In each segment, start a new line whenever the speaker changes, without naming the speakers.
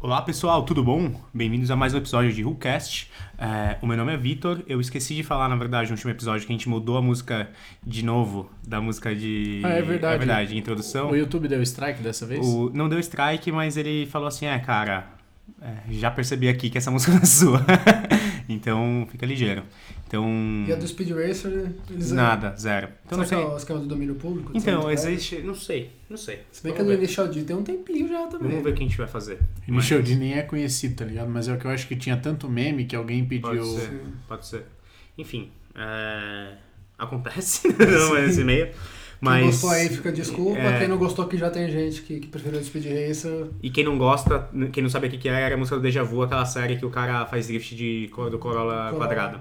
Olá pessoal, tudo bom? Bem-vindos a mais um episódio de WhoCast. É, o meu nome é Vitor. Eu esqueci de falar, na verdade, no último episódio que a gente mudou a música de novo, da música de.
Ah, é verdade.
É verdade, introdução.
O YouTube deu strike dessa vez?
O- Não deu strike, mas ele falou assim: é, cara, é, já percebi aqui que essa música não é sua. então fica ligeiro. Então.
E a do Speed Racer, eles...
Nada, zero. Então não
Será
sei.
que é o esquema do domínio público?
Então,
Sabe?
existe. Não sei, não sei.
Se bem que a
Vamos
do
ver.
Initial D tem um tempinho já também.
Vamos ver o que a gente vai fazer.
Michel
Mas-
D nem é conhecido, tá ligado? Mas é o que eu acho que tinha tanto meme que alguém
Pode
pediu.
ser, pode ser. Enfim, é, acontece, não é esse e-mail. Mas...
Quem gostou aí fica desculpa,
É.
quem não gostou que já tem gente que, que preferiu o Speed Racer.
E quem não gosta, quem não sabe o que que é, era a música do Deja Vu, aquela série que o cara faz drift de, cor- do Corolla
Corolla.
quadrado.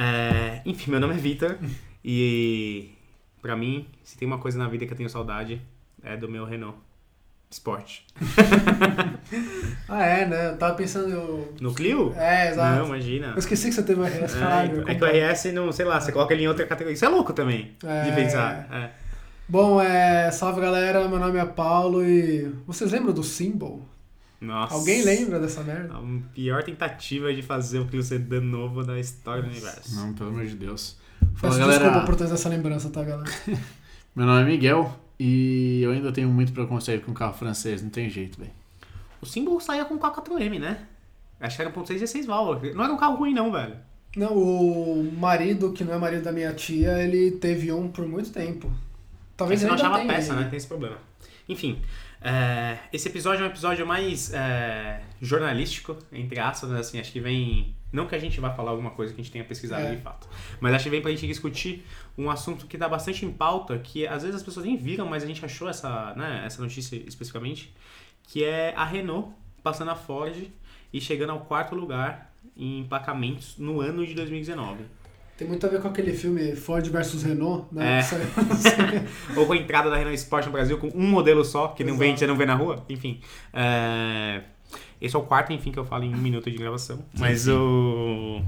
É, enfim, meu nome é Vitor e pra mim, se tem uma coisa na vida que eu tenho saudade, é do meu Renault Sport.
Ah, é, né? Eu tava pensando... Eu...
No Clio?
É, exato.
Não, imagina.
Eu esqueci que você teve uma RS,
É,
caralho.
então, é que o RS não, sei lá, você coloca ele em outra categoria. Isso é louco também, de
É.
pensar. É.
Bom, é... Salve, galera. Meu nome é Paulo e... Vocês lembram do Symbol?
Nossa.
Alguém lembra dessa merda?
A pior tentativa de fazer o Clio sedã novo da história do universo.
Não, pelo amor de Deus. Fala
Peço
galera,
desculpa por trazer essa lembrança, tá, galera?
meu nome é Miguel e eu ainda tenho muito preconceito com carro francês, não tem jeito, velho.
O símbolo saía com 4M, né? Acho que era 1.6 e 6 válvulas. Não era um carro ruim, não, velho.
Não, o marido, que não é marido da minha tia, ele teve um por muito tempo. Talvez
Você
ele
não
ainda
achava
tenha
peça,
ele.
né? Tem esse problema. Enfim, é, esse episódio é um episódio mais é, jornalístico, entre aspas, assim, acho que vem. Não que a gente vá falar alguma coisa que a gente tenha pesquisado
É.
de fato. Mas acho que vem pra gente discutir um assunto que dá bastante em pauta, que às vezes as pessoas nem viram, mas a gente achou essa, né, essa notícia especificamente, que é a Renault passando a Ford e chegando ao quarto lugar em emplacamentos no ano de 2019.
Tem muito a ver com aquele filme Ford versus Renault,
É.
né? Isso aí.
Ou com a entrada da Renault Sport no Brasil com um modelo só, que não
Exato.
vende, você não vê na rua. Enfim. é, Esse é o quarto, enfim, que eu falo em um minuto de gravação. Mas o.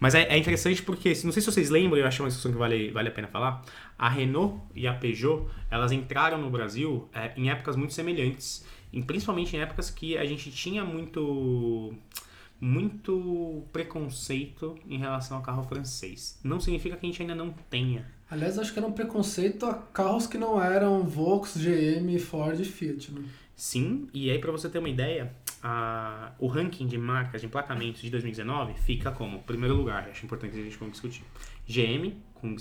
Mas é, é interessante porque, se- não sei se vocês lembram, eu acho uma discussão que vale, vale a pena falar. A Renault e a Peugeot, elas entraram no Brasil é, em épocas muito semelhantes. Em, principalmente em épocas que a gente tinha muito muito preconceito em relação ao carro francês. Não significa que a gente ainda não tenha.
Aliás, acho que era um preconceito a carros que não eram Volks, GM, Ford e Fiat, né?
Sim, e aí pra você ter uma ideia, a- o ranking de marcas de emplacamentos de 2019 fica como? Primeiro lugar, acho importante a gente discutir. GM, com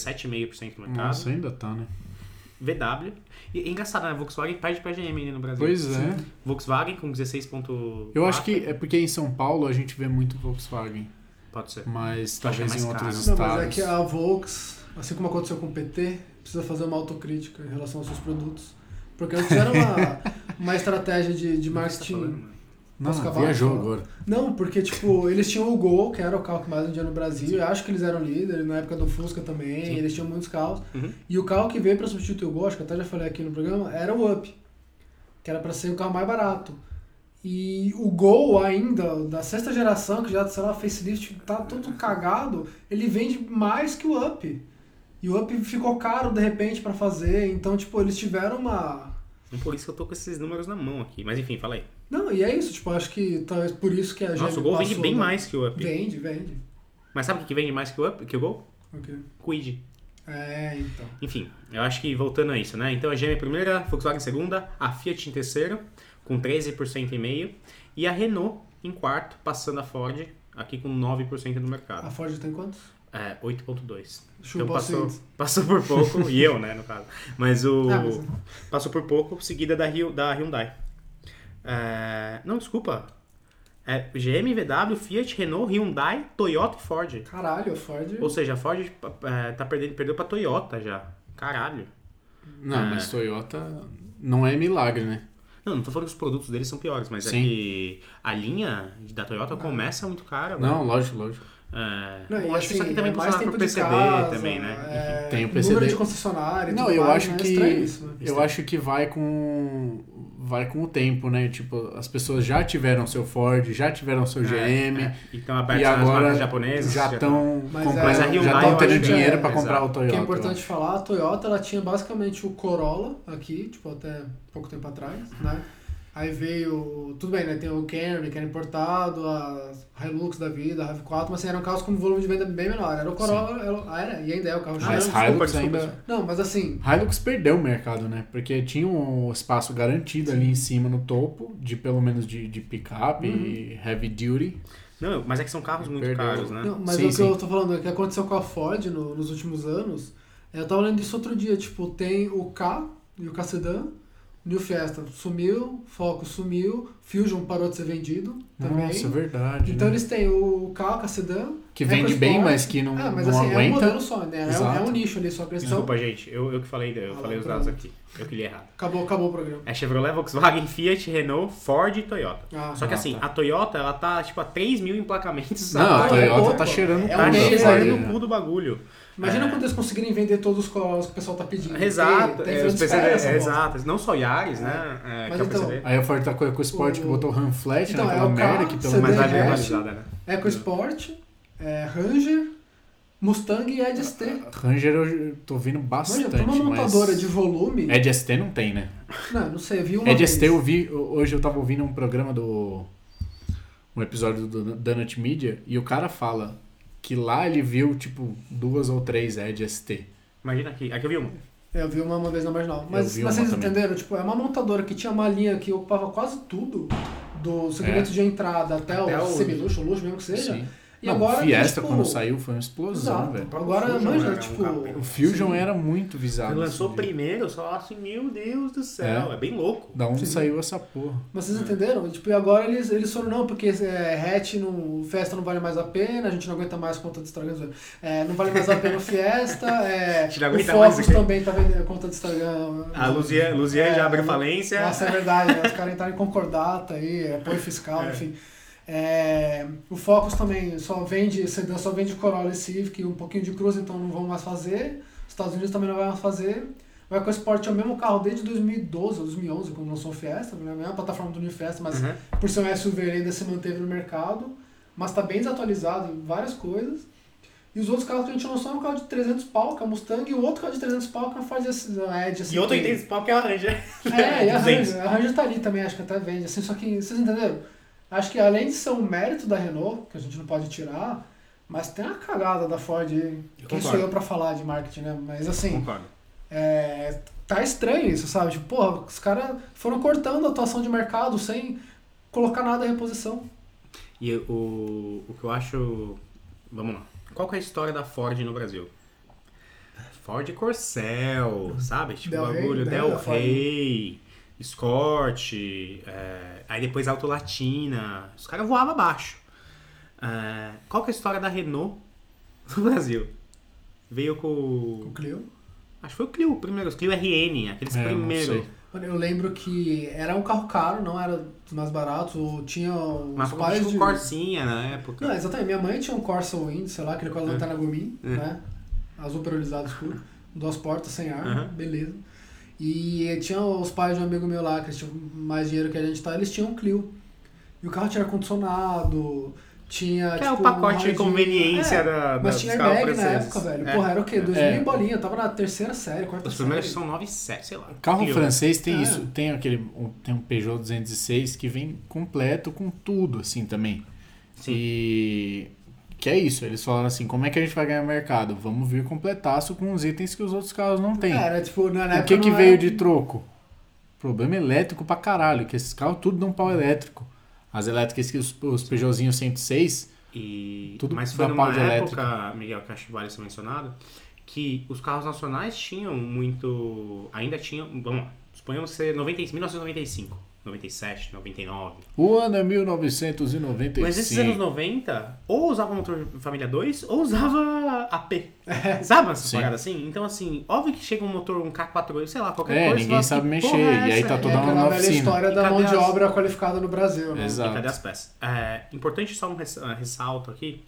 17,5% do mercado.
Nossa, ainda tá, né?
VW. E é engraçado, né? A Volkswagen perde pra GM ainda no Brasil.
Pois é.
Volkswagen com 16,4%.
Eu acho que é porque em São Paulo a gente vê muito Volkswagen,
Pode ser.
mas
Tu acha
talvez
é mais
em outros
Não,
estados.
mas é que a Volks, assim como aconteceu com o PT, precisa fazer uma autocrítica em relação aos seus produtos. Porque antes era uma, uma estratégia de, de
tá
marketing.
né?
Não,
Posso acabar?
viajou
Fala.
agora.
É.
Não, porque, tipo, eles tinham o Gol, que era o carro que mais vendia no Brasil. Eu acho que eles eram líderes na época do Fusca também.
Sim.
Eles tinham muitos carros.
Uhum.
E o carro que veio pra substituir o Gol, acho que até já falei aqui no programa, era o Up, que era pra ser o carro mais barato. E o Gol ainda, da sexta geração, que já, sei lá, facelift, tá todo cagado, ele vende mais que o Up. E o Up ficou caro, de repente, pra fazer. Então, tipo, eles tiveram uma...
Não Então, por isso que eu tô com esses números na mão aqui. Mas enfim, fala aí.
Não, e é isso, tipo, acho que talvez por isso que a gente
Nossa, o Gol vende bem
né?
mais que o Up.
né? Vende, vende.
Mas sabe o que que vende mais que o Up? Que o Gol?
Ok.
Quid.
É, então.
Enfim, eu acho que voltando a isso, né? Então a GM em primeira, a Volkswagen em segunda, a Fiat em terceiro, com 13% e meio, e a Renault em quarto, passando a Ford, aqui com 9% do
A
mercado.
Ford tem quantos?
É, 8.2.
Chupa assim.
Então passou,
Suíte.
passou por pouco, e eu, né, no caso. Mas o.
Ah, mas-
Passou por pouco, seguida da, Rio, da Hyundai. É, não, desculpa. É, GM, VW, Fiat, Renault, Hyundai, Toyota e Ford.
Caralho, a Ford.
Ou seja, a Ford é, tá perdendo, perdeu pra Toyota já. Caralho.
Não,
Ah.
mas Toyota não é milagre, né?
Não, não tô falando que os produtos deles são piores, mas é
Sim.
que a linha da Toyota começa muito cara.
Não, lógico, lógico.
É,
Não,
eu
e
acho que isso
assim,
aqui também
é mais
funciona pro
tempo de
PCB
casa,
também, né?
é,
Tem o PCD.
Número de concessionário. e
Não,
tudo
eu
mais,
acho
né?
que
Estranho isso, né?
eu acho que vai com vai com o tempo, né? Tipo, as pessoas já tiveram seu Ford, já tiveram seu
Enfim, é,
GM
é. E estão abertas
e
nas
agora
marcas japonesas. tá-
já estão
Mas
comprando,
é, Mas a
já
Hyundai
estão
eu
tendo
acho que é,
dinheiro pra
exato.
comprar o
O
Toyota.
que é importante falar, a Toyota ela tinha basicamente o Corolla aqui, tipo, até pouco tempo atrás, né? Aí veio, tudo bem, né? Tem o Camry, que era importado, a Hilux da vida, a RAV4, mas assim, eram carros com volume de venda bem menor. Era o Corolla, era, ah, era, e ainda é o carro
Mas
cheio.
Hilux
desculpa,
ainda.
Não, mas assim,
Hilux perdeu o mercado, né? Porque tinha um espaço garantido ali em cima no topo, de pelo menos de, de picape e
Uhum.
heavy duty.
Não, mas é que são carros muito
Perdeu.
caros, né?
Não, mas
Sim,
o que
sim.
eu tô falando é que aconteceu com a Ford no- nos últimos anos. é, Eu tava lendo isso outro dia, tipo, tem o K e o K Sedan, New Fiesta sumiu, Focus sumiu, Fusion parou de ser vendido também.
Nossa, é verdade.
então
né?
eles têm o K, o K Sedan, é
Que
Eco
vende bem,
Sport.
mas que não,
ah, mas
não
assim, é um
aguenta.
modelo só, né? É, um-
Exato.
é um nicho ali, só que eles são...
Desculpa, gente. Eu, eu que falei, eu
Ah,
falei os
tá
dados
bom.
aqui. Eu que li errado.
Acabou, acabou o programa.
É Chevrolet, Volkswagen, Fiat, Renault, Ford e Toyota.
Ah,
Só que
Ah,
assim,
tá.
a Toyota, ela tá tipo a 3 mil emplacamentos.
Não, a
sabe?
é
Toyota
pouco.
tá cheirando
É
Tá
um
da
mês
Ford, né?
cheirando
ainda.
o cu do bagulho.
Imagina
É.
quando eles conseguirem vender todos os Corollas que o pessoal tá pedindo.
Exato,
Tem-
é,
tem
os
grandes né?
PCD,
caras, essa
é,
bosta.
exato. Não só Yaris, né? É,
Mas
que é o
então,
PCD.
Aí a Ford tá com o EcoSport que
O-
botou né, Ram Flat
Então,
naquela
é o
merda
carro,
que
você
pelo
Mas
menos.
vai
vende
ver
Hatch.
normalizada, né?
Hum.
EcoSport, é, Ranger, Mustang e Edge ST.
Ranger eu tô vendo
Manja,
Ah, bastante.
pra uma montadora
mas... É
de volume.
Edge ST não tem, né? É
Não, não sei, eu vi uma.
Edge
vez.
ST eu vi. Hoje eu tava ouvindo um programa do. Um episódio do Donut Media e o cara fala que lá ele viu, tipo, duas ou três é Edge ST.
Imagina aqui. Aqui eu vi uma.
Eu vi uma, uma vez na marginal. Mas,
vi uma
mas vocês
também.
entenderam? Tipo, é uma montadora que tinha uma linha que ocupava quase tudo. Do segmento de entrada até,
Até
o
o-
semiluxo, luxo mesmo que seja.
É. Sim.
E
não,
agora. que,
Fiesta,
tipo,
quando saiu, foi uma explosão,
Exato.
velho.
Agora,
Fusion
manja,
É
era um
tipo,
capeta.
O Fusion é
Sim.
era muito
Tá,
visado.
Ele lançou
assim, de-
primeiro, só assim, meu Deus do céu. É,
É.
bem louco.
Da onde
Sim.
saiu essa porra?
Mas
Hum.
vocês entenderam? Tipo, e agora eles, eles foram, não, porque é, hatch, não, festa não vale mais a pena, a gente não aguenta mais conta de Instagram. É, não vale mais a pena o Fiesta, é,
A gente não
o
aguenta mais
Focus
o quê?
também tá vendendo conta de Instagram.
A Luziane Luziane
É,
já abriu
a-
falência.
Nossa, é verdade, né? os caras entraram em concordata aí, apoio fiscal,
É.
enfim. É, o Focus também só vende, sedã só vende Corolla e Civic, um pouquinho de Cruz, então não vão mais fazer. Os Estados Unidos também não vai mais fazer. O EcoSport é o mesmo carro desde 2012 ou 2011, quando lançou o Fiesta, né? a mesma plataforma do New Fiesta, mas
Uhum.
por ser um SUV ele ainda se manteve no mercado, mas está bem desatualizado em várias coisas. E os outros carros que a gente lançou é um carro de 300 pau, que é o Mustang, e o outro carro de 300 pau que é o Ford Edge. assim,
E outro
que-
item principal que é a laranja.
é, e a
200.
Ranger, a Ranger tá ali também, acho que até vende. Assim, só que, vocês entenderam? Acho que além de ser um mérito da Renault, que a gente não pode tirar, mas tem uma cagada da Ford. aí.
Eu
Quem
concordo.
sou eu pra falar de marketing, né? Mas assim,
Concordo.
é, tá estranho isso, sabe? Tipo, porra, os caras foram cortando a atuação de mercado sem colocar nada em reposição.
E o, o que eu acho. Vamos lá. Qual que é a história da Ford no Brasil? Ford Corcel, sabe? Tipo,
Del Rey,
bagulho
né,
Del
da Ford.
Rey, Escort, é, aí depois Auto Latina. Os caras voavam abaixo. É, qual que é a história da Renault no Brasil? Veio
O
com.
Clio.
Acho que foi o Clio, o primeiro, os Clio RN, aqueles
É, eu não
primeiros.
sei.
Mano, Eu lembro que era um carro caro, não era dos mais baratos, ou tinha
Mas como
os
tinha um
pais
o
de...
Corsinha na época.
Não, exatamente. Minha mãe tinha um Corsa Wind, sei lá, aquele com a lanterna Gumi,
É.
né? Azul perolizado escuro. Duas portas, sem ar,
Aham.
beleza. E tinha os pais de um amigo meu lá, que eles tinham mais dinheiro que a gente tá, eles tinham um Clio. E o carro tinha ar-condicionado, tinha.
que é
tipo,
o pacote de
rádio-
conveniência
É,
da, da
Mas
dos
tinha
carros
airbag na
franceses.
época, velho.
É.
Porra, era o quê? 2000
É.
e bolinha, eu tava na terceira série, quarta
Os
série.
primeiros são 9 7, sei lá.
Carro
Clio.
francês tem
É.
isso, tem aquele um- tem um Peugeot 206 que vem completo com tudo assim também.
Sim.
E que é isso, eles falaram assim, como é que a gente vai ganhar mercado? Vamos vir completaço com os itens que os outros carros não têm.
É, Era tipo, na na
o
né?
época.
que que
não
veio
é
era-
de troco? Problema elétrico pra caralho, que esses carros tudo dão pau elétrico. As elétricas que os, os Peugeotzinho 106,
E...
Tudo
Mas foi
da
numa
parte
época,
elétrica.
Miguel, que acho que vale ser mencionado, que os carros nacionais tinham muito... Ainda tinham... Vamos lá. Suponhamos ser 90... e- 1995, 97, 99.
o ano é 1995.
Mas esses anos 90, ou usava motor família 2, ou usava AP. Sabe essas
Sim.
paradas assim? Então, assim, óbvio que chega um motor, um K4, sei lá, qualquer
É,
coisa...
ninguém
você fala,
sabe
"Que
mexer",
porra
e aí
essa?"
tá
É
toda uma
aquela velha
oficina.
história
E
da mão
cadê
de
as-
obra qualificada no Brasil, né?
Exato.
E cadê as peças? É, importante só um res- uh, ressalto aqui,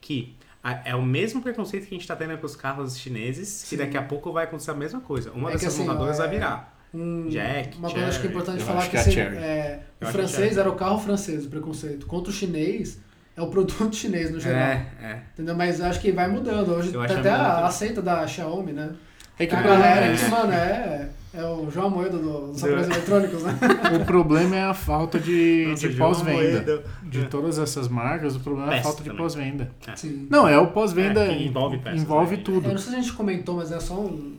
que a- é o mesmo preconceito que a gente está tendo com os carros chineses, que daqui a pouco vai acontecer a mesma coisa. Uma
É que
dessas
assim,
montadoras
ó, é-
vai virar.
um,
Jack,
uma coisa acho que é
Cherry,
importante
eu
falar
acho
que,
que é
assim,
Cherry.
é, o
Eu acho que é
francês
Cherry.
era o carro francês, o preconceito. Contra o chinês, é o produto chinês no geral.
é.
Entendeu? Mas acho que vai mudando. Hoje
Eu
tá
acho
até
muito-
a aceita da Xiaomi, né?
É que
a
Ah,
o problema
galera
é
que,
isso.
mano, é, É o João Moedo do-
É.
dos aparelhos eletrônicos, né?
O problema é a falta de,
Nossa,
de
João
pós-venda.
Moedo.
De todas essas marcas, o problema é a
Peça
falta de
É. também.
pós-venda.
Sim.
Não, é o pós-venda.
É, que envolve peças,
envolve
né?
Eu
tudo.
não sei se a gente comentou, mas é só um.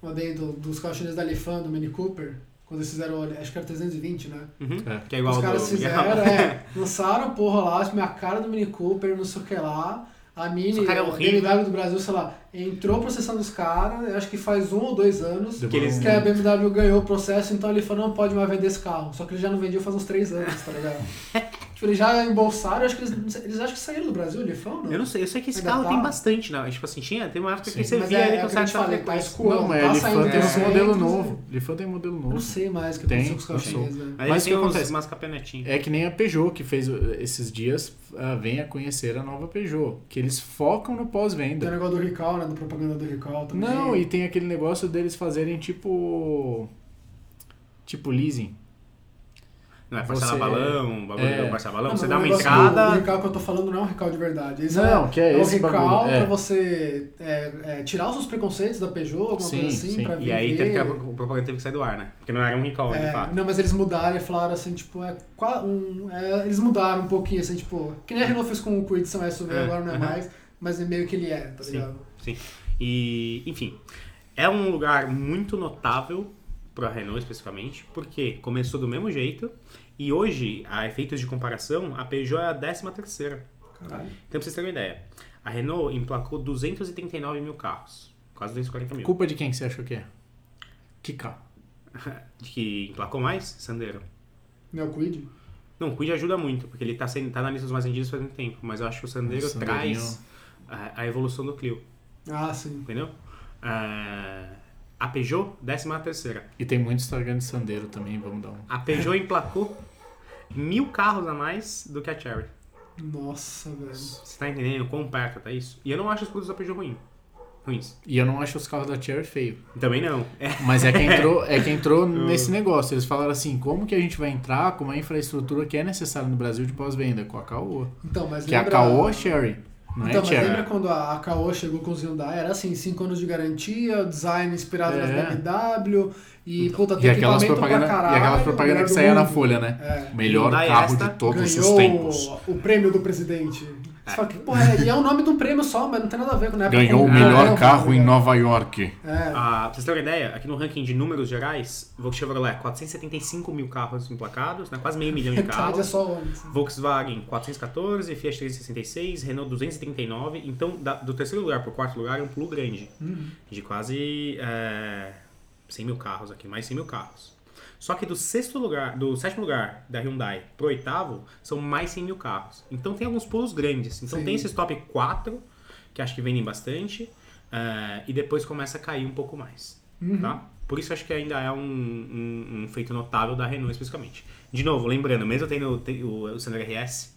Uma daí do- dos carros chineses da Lifan, do Mini Cooper, quando eles fizeram, acho que era 320, né?
Uhum.
É.
Que é igual
Os
ao
caras
do
fizeram, é, lançaram porra lá, tipo, a cara do Mini Cooper, não sei o que lá. A Mini,
Essa cara é
a
horrível.
BMW do Brasil, sei lá, entrou processando os caras, acho que faz um ou dois anos.
Demorou
que eles-
Que a BMW ganhou o processo, então ele falou, não pode mais vender esse carro. Só que ele já não vendia faz uns três anos, tá ligado? tipo, eles já embolsaram, acho que eles, não sei- eles acham que saíram do Brasil, ele falou, não?
Eu não sei, eu sei que esse
Ainda
carro
tá?
tem bastante, não. Tipo assim, tinha, tem uma época
Sim.
que você
Mas
via ele
é- é
com
o que eu
certa
te falei,
frequência.
tá escuro.
Não, mas
tá
a
saindo
Lifan tem
dos
um modelo
centros,
novo. Lifan tem um modelo
Eu não
novo.
sei mais o que
Tem,
aconteceu com os carros
lançou.
chineses, né?
Mas,
Mas
ele
o que
tem uns,
acontece?
umas capenetinhas.
É que nem a Peugeot que fez uh, esses dias, uh, vem a conhecer a nova Peugeot, que eles focam no
Tem o
pós-venda.
negócio do Rical, né? Da propaganda do Rical também.
Não, e tem aquele negócio deles fazerem tipo tipo leasing.
Não é parcela
Você-
balão, um bagulho
é.
do parcela balão.
Não, mas
você
o
dá uma
negócio do- O
entrada.
Rical que eu tô falando não é um Rical de verdade. Isso
Não, que é
o
esse
Rical
bagulho, é.
um pra você é, é, tirar os seus preconceitos da Peugeot, alguma
Sim,
coisa assim,
sim.
pra
E aí teve
vender.
que a pro- propaganda teve que sair do ar, né? Porque não era um recall, de
É,
fato.
não, mas eles mudaram e falaram assim, tipo, é, qua- um- é, eles mudaram um pouquinho, assim, tipo, que nem a Renault fez com o Creed são SUV,
É,
agora não é
aham.
mais, mas é meio que ele é, tá
Sim.
ligado?
Sim. E, enfim, é um lugar muito notável para a Renault especificamente, porque começou do mesmo jeito e hoje, a efeitos de comparação, a Peugeot é a 13 terceira.
Caralho.
Então, pra vocês terem uma ideia, a Renault emplacou 239 mil carros, quase 240 mil.
Culpa de quem que você achou que é? Que carro?
De que emplacou mais? Sandero.
Meu Creed?
Não, o Quid ajuda muito, porque ele tá, sendo, tá na lista dos mais vendidos faz um tempo, mas eu acho que o Sandero
O Sanderinho.
traz a, a evolução do Clio,
Ah, sim.
entendeu? Ah, a Peugeot, 13 terceira.
E tem muito Instagram de Sandero também, vamos dar um.
A Peugeot emplacou mil carros a mais do que a Cherry.
Nossa, velho.
Você tá entendendo o quão perto tá isso? E eu não acho os produtos da Peugeot ruim. ruins.
E eu não acho os carros da Cherry feio.
Também não. É.
Mas é que entrou, é que entrou nesse negócio. Eles falaram assim, como que a gente vai entrar com uma infraestrutura que é necessária no Brasil de pós-venda? Com a Caoa.
Então, mas
Que é a
lembra...
Caoa Cherry, não
então,
é
mas
Cherry.
lembra quando a, a Caoa chegou com o Hyundai? Era assim, 5 anos de garantia, design inspirado
É. Então,
nas BMW, e puta, tem
E aquelas
equipamento pra
propagandas
caralho.
e aquelas propaganda
melhor
que
do
saía na
mundo.
Folha, né?
É.
O melhor
Hyundai
carro
Esta
de todos
ganhou
os tempos.
o prêmio do presidente. Você fala que, porra, é- e é o nome de um prêmio só, mas não tem nada a ver com né? na época
Ganhou o
como
melhor
era,
carro em
tá ligado?
Nova York.
É,
Ah, pra vocês terem uma ideia, aqui no ranking de números gerais, Volkswagen é Chevrolet, 475 mil carros emplacados, né? quase meio milhão de
metade é
carros.
só ônibus.
Volkswagen 414, Fiat 366, Renault 239. Então, da- do terceiro lugar pro quarto lugar é um pulo grande. De quase é, 100 mil carros aqui, mais 100 mil carros. Só que do sexto lugar, do sétimo lugar da Hyundai pro oitavo, são mais 100 mil carros. Então tem alguns pulos grandes. Então
Sim.
tem esses top 4, que acho que vendem bastante, é, e depois começa a cair um pouco mais.
Uhum.
Tá? Por isso acho que ainda é um, um- um feito notável da Renault especificamente. De novo, lembrando, mesmo tendo, te- o, o Sandero RS,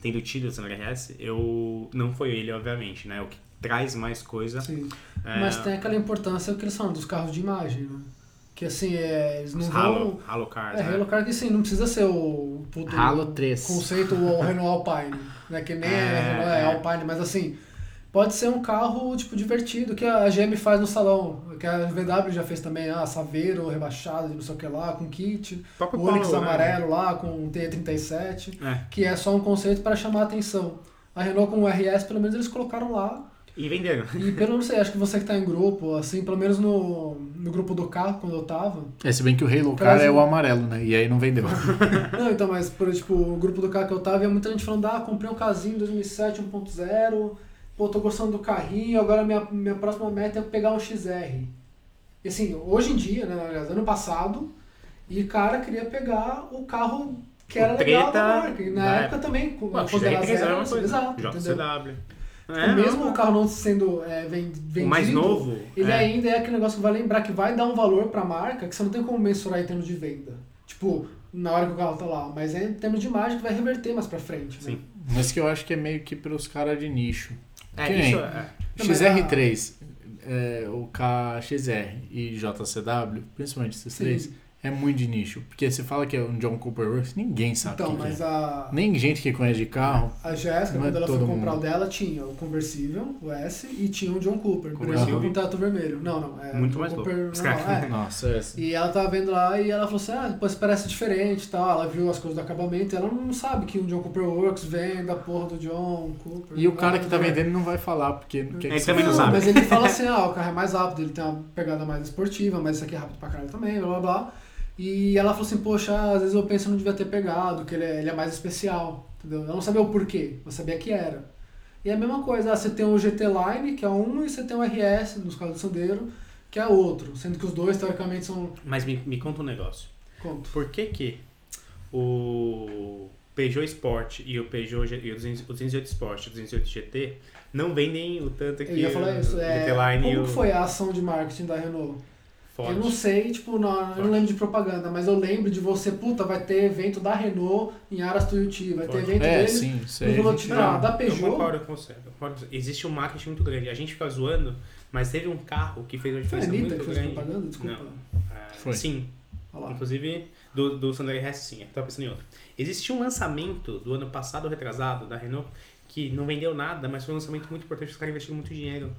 tendo tido o Sandero RS, eu, não foi ele, obviamente, né? O que traz mais coisa.
Sim.
É.
Mas tem aquela importância que eles falam dos carros de imagem, né? Que assim, é, eles não
Os
vão.
Halo, Halo Cars,
É,
né?
Halo Car que sim, não precisa ser o puto
Halo 3.
conceito ou Renault Alpine, né? Que nem é,
É,
Renault, é
é.
Alpine, mas assim, pode ser um carro tipo divertido que a GM faz no salão, que a VW já fez também, ah, Saveiro rebaixado, de não sei o que lá, com kit,
O próprio
o Onix
Polo, né?
amarelo lá com um T37,
É.
que é só um conceito para chamar a atenção. A Renault com o RS, pelo menos eles colocaram lá
E venderam.
e pelo não sei, acho que você que tá em grupo, assim, pelo menos no, no grupo do carro, quando eu tava.
É, se bem que o Halo
Traz
Car é
um-
o amarelo, né? E aí não vendeu.
Não, então, mas, por, tipo, o grupo do carro que eu tava, ia muita gente falando, ah, comprei um casinho 2007 1.0, pô, tô gostando do carrinho, agora minha, minha próxima meta é pegar um XR. E assim, hoje em dia, né, aliás, ano passado, e cara queria pegar o carro que
O
era legal da
treta
marca. E na
da
época também, com
Ué, o
considerar
XR3 era é uma coisa.
exato, entendeu?
JCW.
Tipo, mesmo o carro não sendo é, ven- vendido,
é O mais novo,
ele
é.
ainda é aquele negócio que vai lembrar que vai dar um valor pra marca que você não tem como mensurar em termos de venda. Tipo, na hora que o carro tá lá, mas é em termos de imagem que vai reverter mais pra frente. Né?
Sim.
Mas que eu acho que é meio que pelos caras de nicho.
É,
Que nem
isso é.
Não, mas a-
XR3, é, o KXR e JCW, principalmente esses
Sim.
três, É muito de nicho. Porque você fala que é um John Cooper Works, ninguém sabe o
Então,
que, que
mas
é.
a,
Nem gente que conhece de carro.
a Jéssica,
Não é
quando ela foi
todo
comprar o
mundo.
dela, tinha o conversível, o S, e tinha o John Cooper.
Conversível.
Conversível com teto vermelho. Não, não. É
Muito
John
mais
Cooper
louco.
normal, é.
Nossa, assim. essa.
E ela tava vendo lá e ela falou assim: ah, pô, isso parece diferente e tal. Ela viu as coisas do acabamento e ela não sabe que o John Cooper Works vem da porra do John Cooper.
E o cara que tá
Ah,
vendendo não vai falar, porque não quer
Ele
que você
É também não
fale.
sabe.
Mas ele fala assim: ah, o carro é mais rápido, ele tem uma pegada mais esportiva, mas isso aqui é rápido pra caralho também, blá blá blá. E ela falou assim: poxa, às vezes eu penso que eu não devia ter pegado, que ele é, ele é mais especial, entendeu? Eu não sabia o porquê, eu sabia que era. E é a mesma coisa, ah, você tem o GT Line, que é um, e você tem o RS, nos casos do Sandero, que é outro, sendo que os dois, teoricamente, são.
Mas me, me conta um negócio.
Conto.
Por que que o Peugeot Sport e o Peugeot G- e o 200 o 208 Sport e o 208 GT não vendem o tanto que
Eu ia falar
o
isso. É,
GT Line e
como
o
que foi a ação de marketing da Renault?
Ford?
Eu não sei, tipo, não, eu
Forte.
não lembro de propaganda, mas eu lembro de você, puta, vai ter evento da Renault em Aras Tuiuti, vai ter
Forte.
evento
É,
deles
sim, isso aí.
no
a gente-
Velocidade da, da
Eu
Peugeot.
concordo com você. eu concordo com você. Existe um marketing muito grande. A gente fica zoando, mas teve um carro que fez uma
Foi a
diferença
Anitta
muito
que fez
grande.
propaganda? Desculpa.
Não. Ah,
Foi.
Sim,
Olha lá.
inclusive do, do Sandro RS, sim. Eu tava pensando em outro. Existe um lançamento do ano passado, retrasado, da Renault, que não vendeu nada, mas foi um lançamento muito importante. Os caras investiram muito dinheiro.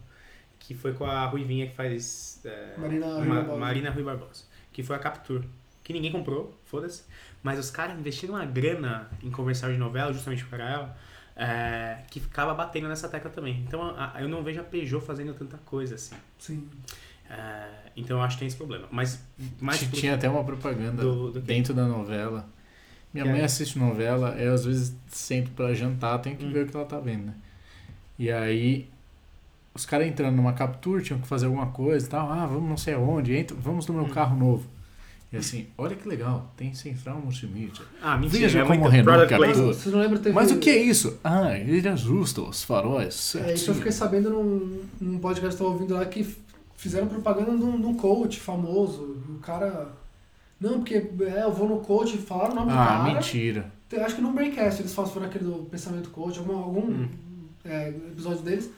Que foi com a Ruivinha que faz. eh,
Marina Rui Barbosa.
Marina Rui Barbosa. Que foi a Captur. Que ninguém comprou, foda-se. Mas os caras investiram uma grana em comercial de novela, justamente para ela, eh, que ficava batendo nessa tecla também. Então a- a- eu não vejo a Peugeot fazendo tanta coisa assim.
Sim.
Eh, então eu acho que tem esse problema. Mas. mas
Ti- Tinha até uma propaganda
Do- do quê?
dentro da novela. Minha
Que
mãe
é?
assiste novela, eu às vezes sento pra jantar, tenho que
Hum.
ver o que ela tá vendo, né? E aí, os caras entrando numa captura, tinham que fazer alguma coisa e tal. Ah, vamos não sei aonde, entra, vamos no meu
Hum.
carro novo. E assim, olha que legal, tem central multimídia.
Ah, mentira.
Veja
é
como
muito
o Renault
product
captou.
Mas,
placement.
Peugeot.
vocês não lembram? Teve...
Mas o que é isso? Ah, ele ajusta os faróis.
É isso eu
certinho.
fiquei sabendo num, num podcast que eu tava ouvindo lá que f- fizeram propaganda num, num um coach famoso. O cara. Não, porque é, eu vou no coach e falaram o nome do
Ah,
cara.
mentira.
Tem- Acho que no Braincast eles falam sobre aquele do pensamento coach, algum, algum
Hum.
é, episódio deles.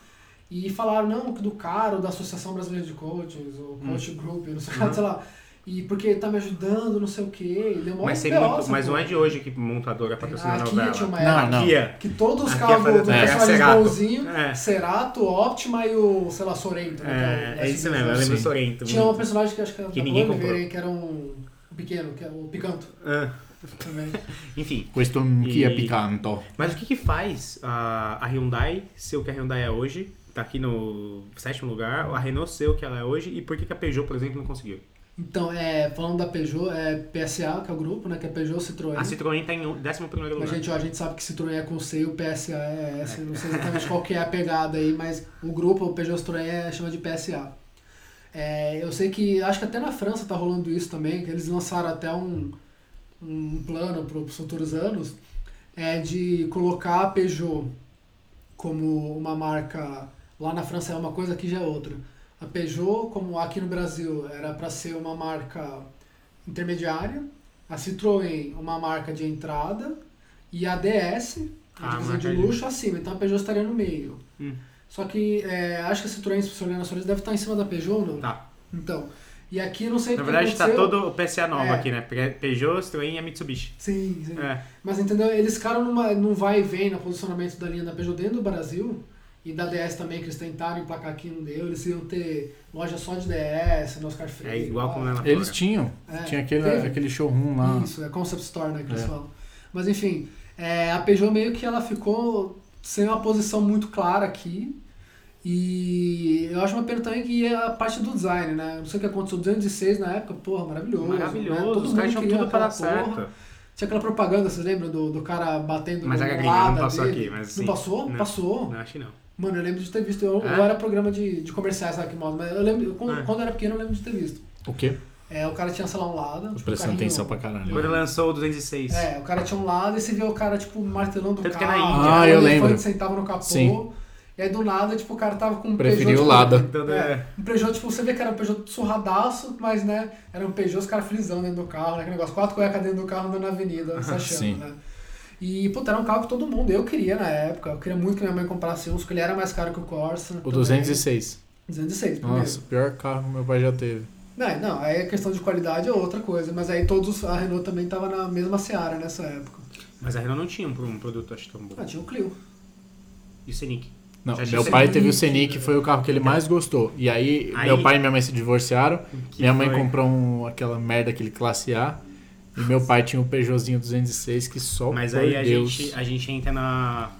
E falaram, não, que do cara, ou da Associação Brasileira de Coaches, ou
Hum.
Coach Group, não
Uhum.
sei, o que, sei lá. E porque tá me ajudando, não sei o quê. E deu mó
Mas, tem
BO,
muito,
essa
mas não
porra. Ah,
é de hoje que montadora patrocina
Aqui
novela.
tinha uma
Não,
época
não.
Aqui é.
que todos os
Aqui
carros
é
do, do
fazer- é,
personagem
Cerato.
Golzinho,
É.
Cerato, Optima e o, sei lá, Sorento. né, que
É,
o
é isso mesmo, eu
SUV.
lembro do
Sim.
Sorento.
Tinha um
muito.
personagem que acho que era
Que
da
ninguém
Oliver,
comprou.
que era um pequeno, que é o Picanto
Ah,
também.
enfim,
Questo que é
E-
picanto.
mas o que que faz a, a Hyundai ser o que a Hyundai é hoje? Tá aqui no sétimo lugar, a Renault ser o que ela é hoje, e por que, que a Peugeot, por exemplo, não conseguiu?
Então, é, falando da Peugeot, é PSA, que é o grupo, né? Que é Peugeot, Citroën.
A Citroën tá em o- décimo primeiro
Mas,
lugar.
gente, ó, a gente sabe que Citroën é com C e o PSA é S. Eu Não sei exatamente qual que é a pegada aí, mas o grupo, o Peugeot Citroën, é, chama de PSA. É, eu sei que, acho que até na França tá rolando isso também, que eles lançaram até um, um plano para os futuros anos, é de colocar a Peugeot como uma marca, lá na França é uma coisa, aqui já é outra. A Peugeot, como aqui no Brasil, era para ser uma marca intermediária, a Citroën, uma marca de entrada, e a DS,
Ah,
a divisão de
marca de-
luxo, acima. Então a Peugeot estaria no meio.
Hum.
Só que é, acho que a Citroën, se você olhar nas folhas, deve estar em cima da Peugeot, não?
Tá.
Então, e aqui eu não sei
Na
o que
verdade, tá
aconteceu.
todo o PSA novo
É.
aqui, né? Pe- Peugeot, Citroën e a Mitsubishi.
Sim, sim.
É.
Mas entendeu? Eles ficaram numa, num vai e vem no posicionamento da linha da Peugeot dentro do Brasil e da DS também, que eles tentaram emplacar aqui, não deu. Eles iam ter loja só de DS, no Oscar Freire.
É igual
pá.
como é na
Eles
Flora.
tinham.
É,
tinha aquele,
teve.
aquele showroom lá.
Isso, é Concept Store, né, que eles
É.
falam. Mas enfim, é, a Peugeot meio que ela ficou sem uma posição muito clara aqui. E eu acho uma pena também que é a parte do design, né? Não sei o que aconteceu, 206 na época, porra, maravilhoso. né?
Maravilhoso,
Todo
os caras
mundo
tinham
queria
tudo pra dar
aquela porra.
certo.
Tinha aquela propaganda, vocês lembram? Do, do cara batendo
Mas é
no
a gringa
lada
não passou
dele.
aqui, mas
Não
sim.
passou?
Não.
Passou.
Não, acho que não.
Mano, eu lembro de ter visto. Eu,
É?
eu era programa de, de comerciais lá que moda, mas eu lembro, eu- quando,
É.
quando eu era pequeno eu lembro de ter visto.
O quê?
É, o cara tinha, sei lá, um lado.
Tô
tipo,
prestando
um carrinho-
atenção pra caralho.
Quando lançou o 206.
É, o cara tinha um lado e você vê o cara, tipo, martelando o
Tanto que é na
carro.
Índia.
Ah,
o
eu
elefante
lembro.
sentava no capô.
Sim.
E aí do nada, tipo, o cara tava com um
Preferiu
Peugeot,
o
tipo,
lado.
Então,
É,
é.
um Peugeot, tipo, você vê que era um Peugeot surradaço, mas, né, era um Peugeot, os caras frisando dentro do carro, né, aquele negócio, quatro cuecas dentro do carro andando na avenida, se achando,
Sim.
né. E, puta, era um carro que todo mundo, eu queria na época, eu queria muito que minha mãe comprasse um, só que ele era mais caro que o Corsa.
O
também.
206.
206, primeiro.
Nossa, o pior carro que meu pai já teve.
Não, não, aí a questão de qualidade é outra coisa, mas aí todos, a Renault também estava na mesma seara nessa época.
Mas a Renault não tinha um, pro- um produto, acho tão bom.
Ah, tinha o Clio.
E o Scenic.
Não,
Já
meu
tinha né?
pai
Scenic.
teve o Scenic, foi o carro que ele mais gostou. E aí,
Aí-
meu pai e minha mãe se divorciaram.
Que
Minha mãe
foi-
comprou um- aquela merda, aquele classe A. E meu pai tinha um Peugeotzinho 206 que só
Mas
por
aí a
Deus.
gente, a gente entra na.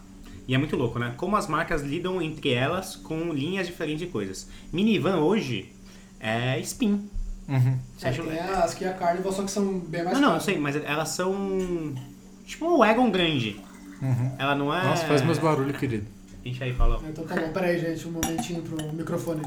E é muito louco, né? Como as marcas lidam entre elas com linhas diferentes de coisas. Minivan hoje é spin.
Uhum.
Você
É,
acha-
tem as que a Carnival, só que são bem mais
Não, não, eu
caras.
sei, mas elas são. Tipo um wagon grande.
Uhum.
Ela não é.
Nossa, faz meus barulhos, querido.
Enche aí, Paulão.
Então tá bom, peraí, gente, um momentinho pro microfone.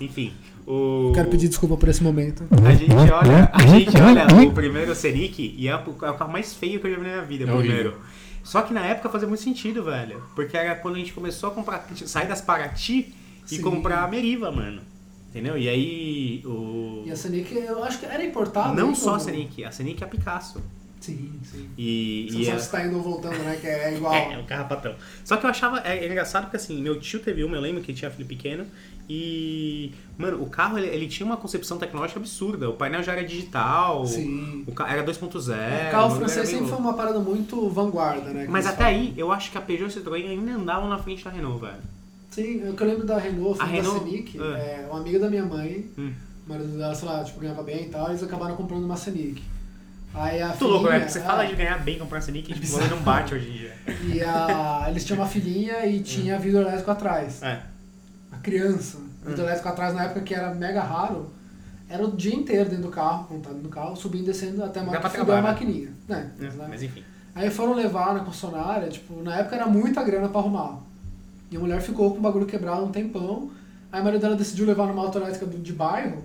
Enfim, o.
É. Quero pedir desculpa por esse momento.
A gente olha, a gente olha o primeiro Scenic e é o, é o carro mais feio que eu já vi na minha vida,
É
primeiro. Só que na época fazia muito sentido, velho. Porque era quando a gente começou a comprar, sair das Paraty e
Sim.
comprar a Meriva, mano. Entendeu? E aí o...
E a Sonic, eu acho que era importada.
Não
né,
só a
como-
Scenic, a Scenic é a Picasso.
Sim, sim.
E,
Você
e
só
ela-
está indo ou voltando, né? Que é igual.
É, é o carrapatão. Só que eu achava é, é engraçado porque assim, meu tio teve uma, eu lembro que ele tinha filho pequeno. E, mano, o carro ele, ele tinha uma concepção tecnológica absurda. O painel já era digital.
Sim.
O ca- era 2.0.
é, o
era
carro
meio
francês sempre foi
louco.
uma parada muito vanguarda, né? que
Mas
eles
até
falam.
aí, eu acho que a Peugeot e a Citroën ainda andavam na frente da Renault, velho.
Sim, o que eu lembro da Renault,
A
foi da
Renault-
Scenic,
Ah.
é, um amigo da minha mãe,
Hum.
o marido dela, sei lá, tipo, ganhava bem e tal, eles acabaram comprando uma Scenic. Aí a
Muito louco, né?
filhinha-
Porque você
ah,
é.
fala de ganhar bem comprando essa Nick, tipo, ela não bate hoje em dia.
E a, eles tinham uma filhinha e
Hum.
tinha vidro elétrico atrás.
É.
A criança,
Hum.
vidro elétrico atrás na época que era mega raro, era o dia inteiro dentro do carro, montado no carro, subindo e descendo até
Dá pra
ma- fudeu
trabalhar,
a
né?
maquininha. Né?
É,
Mas, né?
Mas enfim.
Aí foram levar na concessionária, tipo, na época era muita grana pra arrumar. E a mulher ficou com o bagulho quebrado um tempão. Aí a marido dela decidiu levar numa autoelétrica do- de bairro.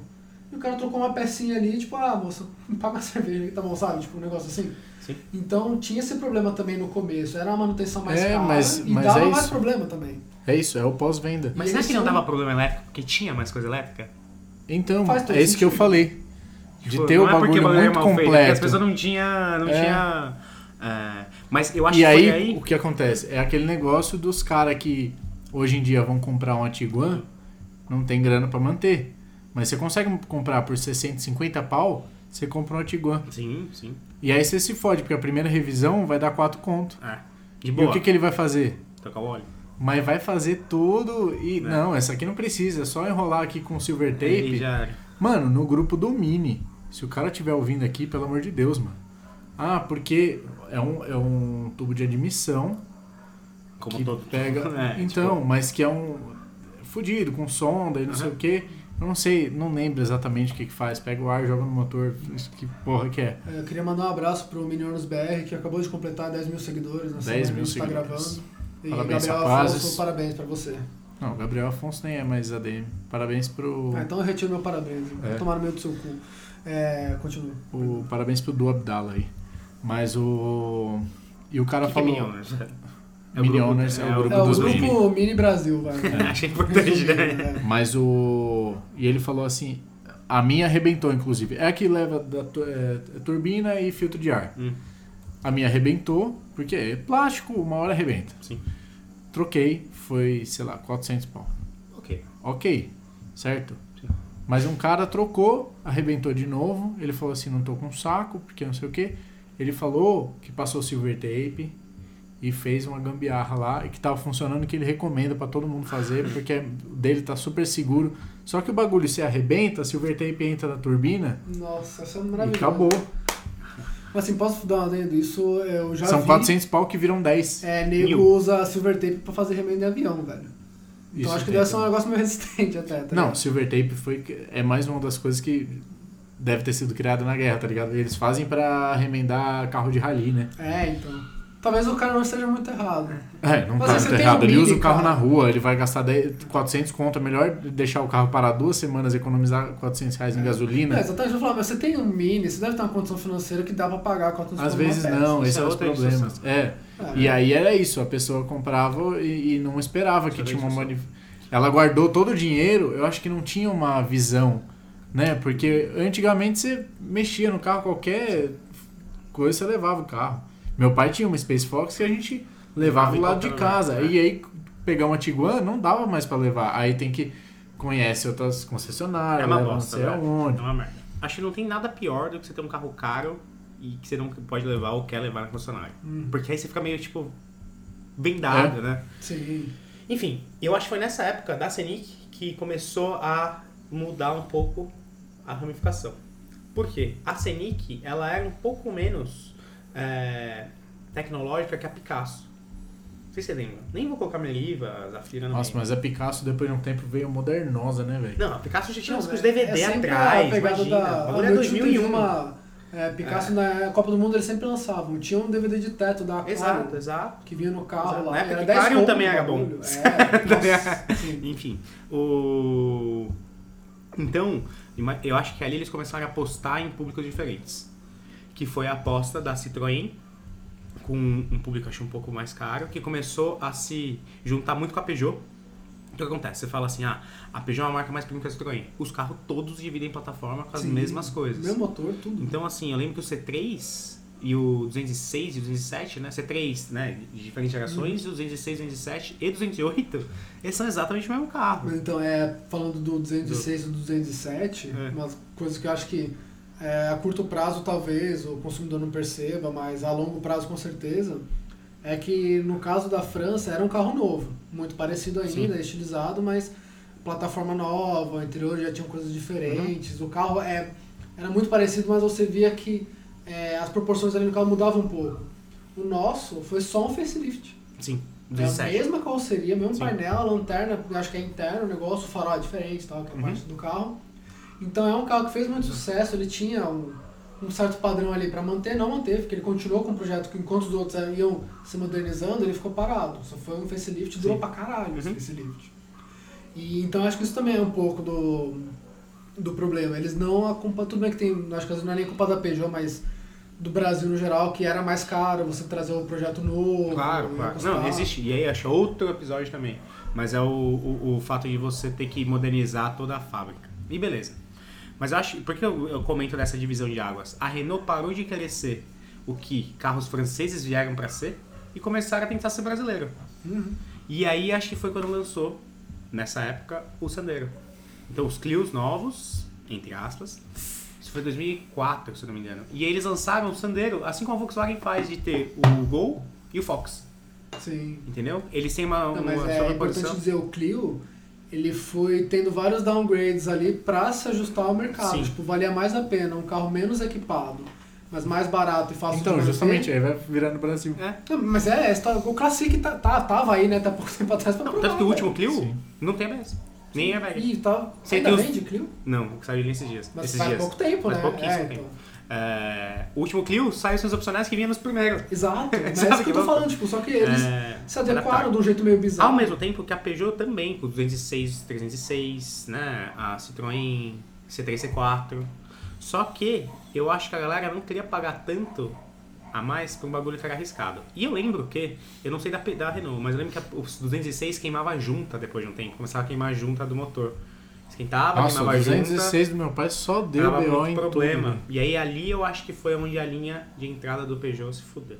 E o cara trocou uma pecinha ali, tipo, ah, moça, me paga a cerveja aí, tá bom, sabe? Tipo, um negócio assim.
Sim.
Então tinha esse problema também no começo. Era uma manutenção mais
É,
cara
mas-
e
mas
dava
é
mais
isso.
problema também.
É isso, é o pós-venda.
Mas
E
será
eles
que não
são-
dava problema elétrico? Porque tinha mais coisa elétrica?
Então,
Faz todo
é isso que eu
sentido.
falei. De
Tipo,
ter o
não é porque
bagulho
bagulho
muito
é mal feito, é porque as
completo.
pessoas não tinham. Não
É.
tinha, é, mas eu acho
E
que
aí,
foi aí.
o que acontece? É aquele negócio dos caras que hoje em dia vão comprar um Tiguan, não tem grana pra manter. Mas você consegue comprar por 650 pau, você compra um Tiguan.
Sim, sim.
E aí você se fode, porque a primeira revisão vai dar 4 conto.
É. De
E o
boa.
que, que ele vai fazer?
Tocar o óleo.
Mas vai fazer tudo
É.
e. Não, essa aqui não precisa, é só enrolar aqui com silver
Aí
tape.
já era.
Mano, no grupo do Mini. Se o cara estiver ouvindo aqui, pelo amor de Deus, mano. Ah, porque é um, é um tubo de admissão
Como
que
todo.
pega.
É,
então, mas que é um. Fudido, com sonda e não sei o que. Eu não sei, não lembro exatamente o que, que faz. Pega o ar, joga no motor. isso Que porra que é?
É, Eu queria mandar um abraço pro Minions BR, que acabou de completar 10 mil seguidores na
10
semana
mil
que a gente tá
seguidores.
gravando. E
Parabéns,
Gabriel
rapazes.
Afonso, parabéns pra você.
Não, o Gabriel Afonso nem é mais ADM. Parabéns pro.
Ah, então eu retiro meu parabéns.
É.
Vou tomar no meio do seu cu. É, continua.
o parabéns pro Du Abdala aí. Mas o. E o cara
O que, que é
falou.
Minioners? É o
Minioners
grupo-
é o grupo
É o
dos
do
grupo
Jimmy.
Mini Brasil, vai. É.
Achei importante, né?
Mas o. E ele falou assim. A minha arrebentou, inclusive. É a que leva da tu- é, turbina e filtro de ar.
Hum.
A minha arrebentou, porque é plástico, uma hora arrebenta.
Sim.
Troquei, foi, sei lá, 400 pau.
Ok.
Ok, certo?
Sim.
Mas um cara trocou, arrebentou de novo. Ele falou assim: não tô com saco, porque não sei o que. Ele falou que passou silver tape e fez uma gambiarra lá e que tava funcionando, que ele recomenda pra todo mundo fazer, porque o dele tá super seguro. Só que o bagulho se arrebenta, silver tape entra na turbina
Nossa, isso é
e
maravilhoso.
acabou.
Mas assim, posso dar um adendo? Isso eu já
São
vi.
400 pau que viram 10.
É, nego
Mil.
usa silver tape pra fazer remendo de avião, velho. Então
Isso é
acho que
tem
deve ser um
também.
negócio meio resistente até, tá
Não,
ligado?
silver tape foi é mais uma das coisas que deve ter sido criada na guerra, tá ligado? Eles fazem pra remendar carro de rally, né?
É, então. Talvez o cara não esteja muito errado.
É, não
Mas
tá
aí você
muito
tem
errado.
um
Ele
Mini,
usa o carro
cara.
na rua, ele vai gastar 10, 400 conto. É melhor deixar o carro parar duas semanas, economizar 400 reais em
Não,
gasolina.
É, exatamente. Eu falo, mas você tem um mini, você deve ter uma condição financeira que dá pra pagar 400
Às
por uma
vezes
peça.
não,
Isso
esse é
é
os
outra
problemas.
discussão.
É,
É,
e aí era isso, a pessoa comprava e, e não esperava que
Isso é
tinha uma...
discussão.
Manif... Ela guardou todo o dinheiro, eu acho que não tinha uma visão, né? Porque antigamente você mexia no carro, qualquer coisa você levava o carro. Meu pai tinha uma Space Fox que a gente
Levava
levava do
em
lado de
qualquer lugar,
casa.
né?
E aí pegar uma Tiguan, não dava mais pra levar. Aí tem que conhece outras
É
concessionárias,
uma
leva
bosta,
não sei
velho.
aonde.
É uma merda. Acho que não tem nada pior do que você ter um carro caro e que você não pode levar ou quer levar na concessionária.
Uhum.
Porque aí você fica meio, tipo,
É.
vendado, né?
Sim.
Enfim, eu acho que foi nessa época da Senic que começou a mudar um pouco a ramificação. Por quê? A Senic, ela era um pouco menos é, tecnológica que a Picasso. Não sei se você lembra. Nem vou colocar Meriva, Zafira no
Nossa,
meio.
mas a Picasso depois de um tempo veio modernosa, né, velho?
Não, a Picasso já tinha
Não,
uns
é-
os DVD
é sempre
atrás,
a pegada
imagina.
Da,
O bagulho
a
é
meu tio teve
2001.
Uma, é, Picasso na Copa do Mundo eles sempre lançavam. Tinha um DVD de teto da Aquarium
Exato, exato.
que vinha no carro
Exato.
lá.
Na época
Era
que
10
Aquarium
conto
também
o
era bom.
bagulho. É, nossa, sim.
Enfim, o... Então, ima- eu acho que ali eles começaram a apostar em públicos diferentes. Que foi a aposta da Citroën, com um público acho um pouco mais caro, que começou a se juntar muito com a Peugeot. O que acontece? Você fala assim, ah, a Peugeot é uma marca mais premium que a Citroën. Os carros todos dividem plataforma com as
Sim.
mesmas coisas.
Meu motor, tudo.
Então, assim, eu lembro que o C3 e o 206 e o 207, né? C3, né? De diferentes
Uhum.
gerações, e o 206, 207 e 208, eles são exatamente o mesmo carro.
Mas então, é, falando do 206 e do 207,
É.
uma coisa que eu acho que é, a curto prazo talvez o consumidor não perceba, mas a longo prazo com certeza, é que no caso da França era um carro novo, muito parecido ainda, estilizado, mas plataforma nova, o interior já tinha coisas diferentes, o carro é, era muito parecido, mas você via que é, as proporções ali no carro mudavam um pouco. O nosso foi só um facelift.
Sim,
É a
207.
mesma carroceria, mesmo
Sim.
painel, a lanterna, eu acho que é interno, o negócio, o farol é diferente, tal, que é a
Uhum.
parte do carro. Então é um carro que fez muito sucesso, ele tinha um, um certo padrão ali para manter, não manteve, porque ele continuou com o projeto que enquanto os outros iam se modernizando, ele ficou parado. Só foi um facelift, durou
Sim.
pra caralho esse
Uhum.
facelift. E então acho que isso também é um pouco do, do problema. Eles não acompanham, tudo bem que tem, acho que às vezes não é nem culpa da Peugeot, mas do Brasil no geral, que era mais caro você trazer um projeto novo. um
Claro,
ia
claro.
custar.
Não, existe. E aí, acho é outro episódio também. Mas é o, o, o fato de você ter que modernizar toda a fábrica. E beleza. Mas eu acho. Por que eu, eu comento dessa divisão de águas? A Renault parou de querer ser o que carros franceses vieram pra ser e começaram a tentar ser brasileiro. Uhum. E aí acho que foi quando lançou, nessa época, o Sandero. Então os Clios novos, entre aspas, isso foi 2004, se eu não me engano. E aí eles lançaram o Sandero, assim como a Volkswagen faz de ter o Gol e o Fox,
Sim.
entendeu? Eles têm uma,
Não,
uma
mas é importante
sobreposição.
dizer, o Clio, ele foi tendo vários downgrades ali pra se ajustar ao mercado.
Sim.
Tipo, valia mais a pena um carro menos equipado, mas mais barato e fácil
Então,
de manter.
justamente, aí vai virar no Brasil.
É.
Não, mas é, essa tá- o Classic tá, tá- tava aí, né? Tá pouco tempo atrás pra
Não,
provar,
tanto que o último
velho.
Clio
Sim.
não tem ABS. Nem airbag.
Ih, tá...
Você
Ainda
tem os-
vende Clio?
Não, o que saiu nesses dias.
Mas
esses
faz
dias.
pouco tempo,
Faz
né?
pouquinho,
É,
tempo.
então.
É, o último Clio saiu sem os opcionais que vinha nos primeiros.
Exato, mas é
Sabe
isso que eu
que
tô
louco?
falando, tipo, só que eles
É,
se adequaram
adaptaram. Ah,
de um jeito meio
Ao
bizarro.
mesmo tempo que a Peugeot também, com 206, 306, né? A Citroën C3, C4. Só que eu acho que a galera não queria pagar tanto a mais pra um bagulho que era arriscado. E eu lembro que, eu não sei da, Pe- da Renault, mas eu lembro que a, os 206 queimava a junta depois de um tempo. Começava a queimar a junta do motor. Esquentava,
Nossa, o
queimava a junta.
216 do meu pai só deu
Tava
BO em
muito
problema.
problema. E aí ali eu acho que foi onde a linha de entrada do Peugeot se fudeu.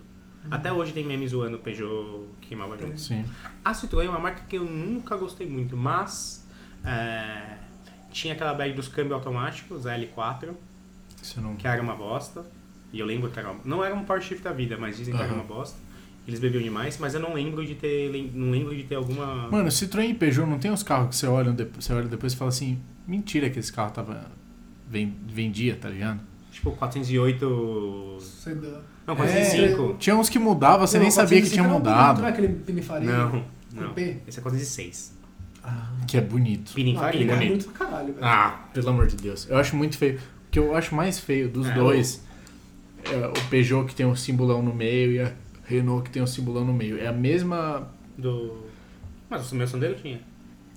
Até hoje tem meme zoando o Peugeot queimava junto.
Sim.
A Citroën é uma marca que eu nunca gostei muito, mas é, tinha aquela bag dos câmbios automáticos, a L4,
Você não...
que era uma bosta. E eu lembro que era uma, não era um power shift da vida, mas dizem que era
Aham.
uma bosta. Eles bebiam demais, mas eu não lembro de ter lem- não lembro de ter alguma
Mano, Citroën e Peugeot não tem uns carros que você olha, depo- você olha depois e fala assim, mentira que esse carro tava... ven- vendia, tá ligado?
tipo 408,
Sedã.
não
É.
405.
Tinha uns que mudava, você
Não,
nem sabia que
405
tinha
era um bonito,
mudado.
Não é aquele pinifarinha?
Não, não.
Coupé?
Esse é 406.
Que é bonito.
Ah, aquele
Pininfarina.
carro é
né?
bonito pra caralho, velho.
Ah, pelo amor de Deus. Eu acho muito feio. O que eu acho mais feio dos
É,
dois é o Peugeot que tem um simbolão no meio e a Renault que tem um simbolão no meio. É a mesma.
Do Mas o meu sandeiro tinha.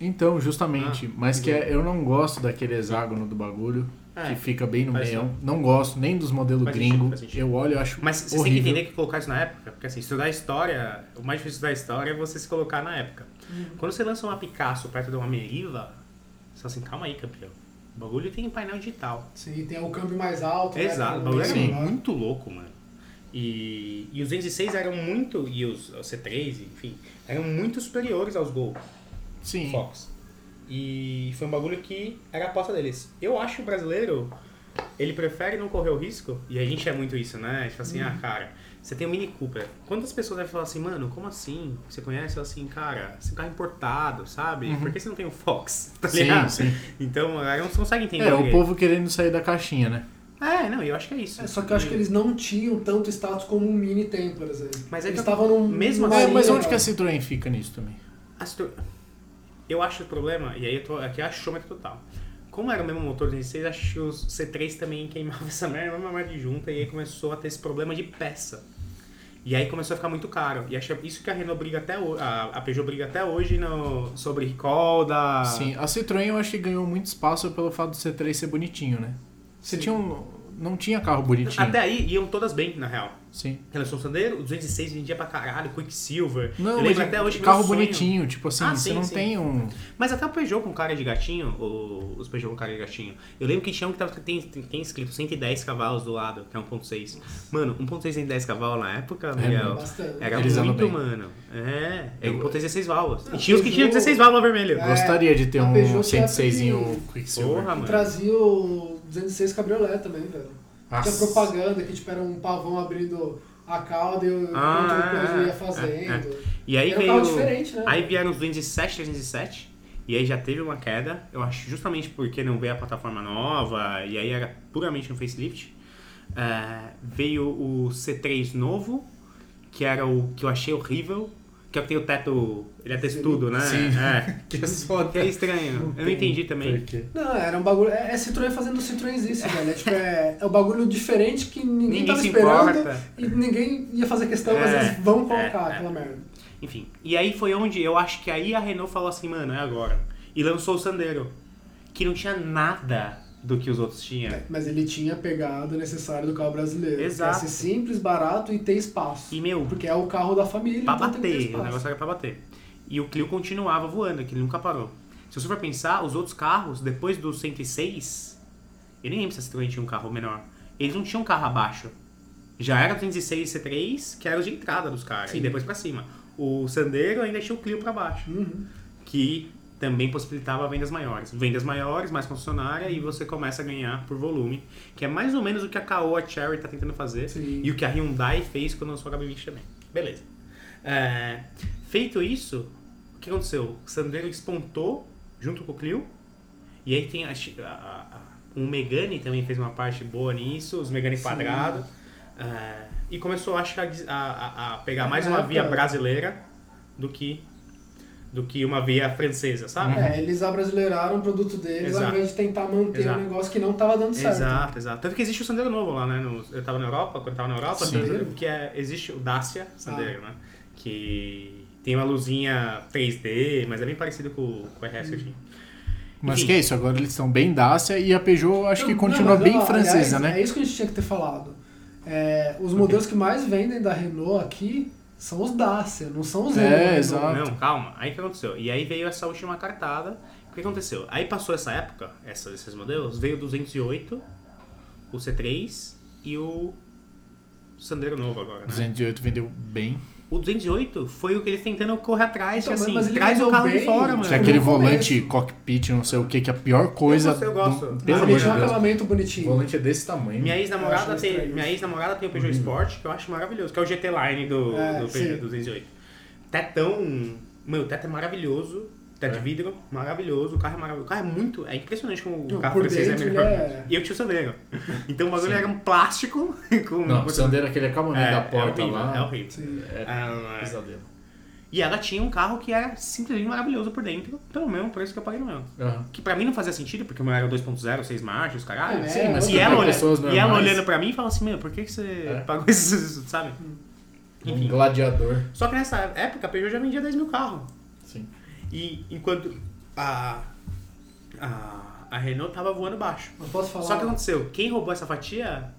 Então, justamente.
Ah,
mas que é- eu não gosto daquele hexágono do bagulho,
É.
que fica bem no
faz
meio. Não gosto nem dos modelos
Faz sentido,
gringo.
faz sentido.
Eu olho e acho
Mas vocês têm que
horrível.
entender que colocar isso na época, porque assim, estudar história, o mais difícil da história é você se colocar na época. Quando você lança uma Picasso perto de uma Meriva, você fala assim, calma aí, campeão. O bagulho tem painel digital.
Sim, tem o câmbio mais alto. né?
Exato, o
Tem o
bagulho
câmbio
era
Sim.
mais alto.
muito louco, mano. E, e os 206 eram muito, e os os C3, enfim, eram muito superiores aos Gol
Sim.
Fox. E foi um bagulho que era a aposta deles. Eu acho que o brasileiro, ele prefere não correr o risco, e a gente é muito isso, né? Tipo assim,
Uhum.
ah, cara, você tem um Mini Cooper. Quantas pessoas devem falar assim, mano, como assim? Você conhece? Fala Assim, cara, esse carro é importado, sabe? Por que você não tem um Fox? Tá
Uhum. Sim,
ligado?
sim.
Então, aí não consegue entender.
É, o
direito.
povo querendo sair da caixinha, né?
É, não, eu acho que é isso.
É, só que eu acho que eles não tinham tanto status como um Mini tem, por exemplo.
Mas é
eles
que eu-
estavam num.
mesmo
numa
assim-
É, mas
linha,
onde que a
cara.
Citroën fica nisso também?
A situ- Eu acho o problema, e aí eu tô aqui a chômega total. Como era o mesmo motor do 16, acho que os C3 também queimavam essa merda, a mesma merda de junta, e aí começou a ter esse problema de peça. E aí começou a ficar muito caro. E acho isso que a Renault briga até hoje, a a Peugeot briga até hoje no, sobre recall da.
Ah.
Sim, a Citroën eu acho que ganhou muito espaço pelo fato do C3 ser bonitinho, né? Você
Sim.
tinha um, não tinha carro bonitinho.
Até aí iam todas bem, na real.
Sim.
Relação Sandeiro, o 206 vendia pra caralho, Quicksilver.
Não,
eu
mas
lembro até hoje meu
carro
sonho-
bonitinho, tipo assim,
Ah,
você
sim,
não
sim.
tem um...
Mas até o Peugeot com cara de gatinho, o- os Peugeot com cara de gatinho, eu lembro que tinha um que tava, tem, tem, tem escrito 110 cavalos do lado, que é 1.6. Mano, 1.6 110 cavalos na época, Miguel,
bastante.
era
Eles andam
muito,
bem.
mano. É, é
Eu-
1.16 válvulas.
Ah,
E tinha os que tinham
Peugeot-
16 válvulas vermelho.
É,
Gostaria de ter
a
um
Peugeot tinha
106 e
aquele-
um Quicksilver.
Porra, mano.
Trazia o 206 Cabriolet também, velho.
Nossa.
Tinha propaganda que tipo, era um pavão abrindo a cauda e o
Ah,
o
é,
coisa
é,
ia fazendo.
E aí
Era um
veio.
carro diferente, né?
Aí vieram os 207, 307. E aí já teve uma queda, eu acho justamente porque não veio a plataforma nova, e aí era puramente um facelift. É, veio o C3 novo, que era o que eu achei horrível, que é o que tem o teto, ele é textudo, né?
Sim.
É,
Que é só...
que é estranho, eu não entendi também.
Não, era um bagulho. É, é Citroën fazendo Citroënzice, velho. É, tipo, é, é um bagulho diferente que ninguém,
Ninguém
tava
se
esperando
importa.
e ninguém ia fazer questão, mas
É,
eles vão colocar
é, é.
aquela merda.
Enfim, e aí foi onde eu acho que aí a Renault falou assim, mano, é agora. E lançou o Sandero, que não tinha nada do que os outros tinham.
É, Mas ele tinha a pegada necessária do carro brasileiro. que é
Exato.
ser simples, barato e ter espaço.
E, meu,
Porque é o carro da família,
pra
então tem que ter
bater. O
espaço.
negócio era pra bater. E o Clio continuava voando, que ele nunca parou. Se você for pensar, os outros carros, depois do 106, eu nem lembro se a Citroën tinha um carro menor. Eles não tinham carro abaixo. Já era o 206 e C3, que era o de entrada dos caras, e depois pra cima. O Sandero ainda tinha o Clio pra baixo,
Uhum.
que também possibilitava vendas maiores. Vendas maiores, mais concessionária, e você começa a ganhar por volume, que é mais ou menos o que a Caoa Cherry tá tentando fazer.
Sim.
E o que a Hyundai fez quando lançou a HB20 também. Beleza. É, feito isso, o que aconteceu? O Sandero despontou junto com o Clio. E aí tem a, chi- a- a- a- o Megane também fez uma parte boa nisso, os Megane quadrado. É, e começou, acho que, a, des- a- a- a pegar mais uma
Caraca.
via brasileira do que, do que uma via francesa, sabe?
É, eles abrasileiraram o produto deles ao
Exato.
invés de tentar manter
Exato.
um negócio que não tava dando certo.
Exato, exato. Tanto que existe o Sandero novo lá, né? No- eu tava na Europa, quando eu tava na Europa,
Sim.
Sandero, que é, existe o Dacia Sandero,
Ah.
né? Que tem uma luzinha 3D, mas é bem parecido com, o- com o RS que eu tinha.
Mas
Enfim.
que é isso, agora eles estão bem Dácia e a Peugeot eu acho que
Não,
continua
não,
bem
aliás,
francesa, né?
É isso que a gente tinha que ter falado. É, os modelos que mais vendem da Renault aqui são os Dacia, não são os
É,
Renault, né?
exato.
Não, calma. Aí o que aconteceu? E aí veio essa última cartada. O que aconteceu? Aí passou essa época, essa- esses modelos, veio o 208, o C3 e o Sandero novo agora, né?
208 vendeu bem.
O 208 foi o que eles tentando correr atrás,
Então,
que assim,
mas ele
traz o
mandou
carro de
bem.
fora, mano.
Tinha
Tinha aquele
no
volante
começo.
cockpit, não sei o que, que é a pior coisa.
gosto, eu
do-
gosto. Ah,
Pelo amor
Ele
de
tinha um
Deus.
acabamento bonitinho.
é desse tamanho.
Minha
Eu
ex-namorada
acho
tem,
estranho
minha ex-namorada tem o Peugeot Sport, que eu acho maravilhoso, que é o GT Line do,
É,
do
sim.
Peugeot 208. Tetão, meu, o teto é maravilhoso, teto de vidro, maravilhoso, o carro é maravilhoso, o carro é muito, é impressionante como o
Não,
carro
por
francês
dentro
é melhor.
ele é-
E eu tinha o Sandero. Então o bagulho
Sim.
era um plástico com... com-
aquele acabamento
é, é horrível, é horrível.
Sim.
Ah,
pesadelo.
e ela tinha um carro que era simplesmente maravilhoso por dentro, pelo mesmo preço que eu paguei no meu. Que pra mim não fazia sentido, porque o meu era 2.0, 6 marchas, caralho.
É,
Sim, mas
e
E
pra
ela, olha-
pessoas
e ela
normais,
olhando pra mim e fala assim, meu, por que, que você pagou
É.
isso, sabe?
Um
Enfim.
gladiador.
Só que nessa época a Peugeot já vendia 10 mil carros.
Sim.
E enquanto a, a, a Renault tava voando baixo.
Não posso falar.
Só que o que aconteceu, quem roubou essa fatia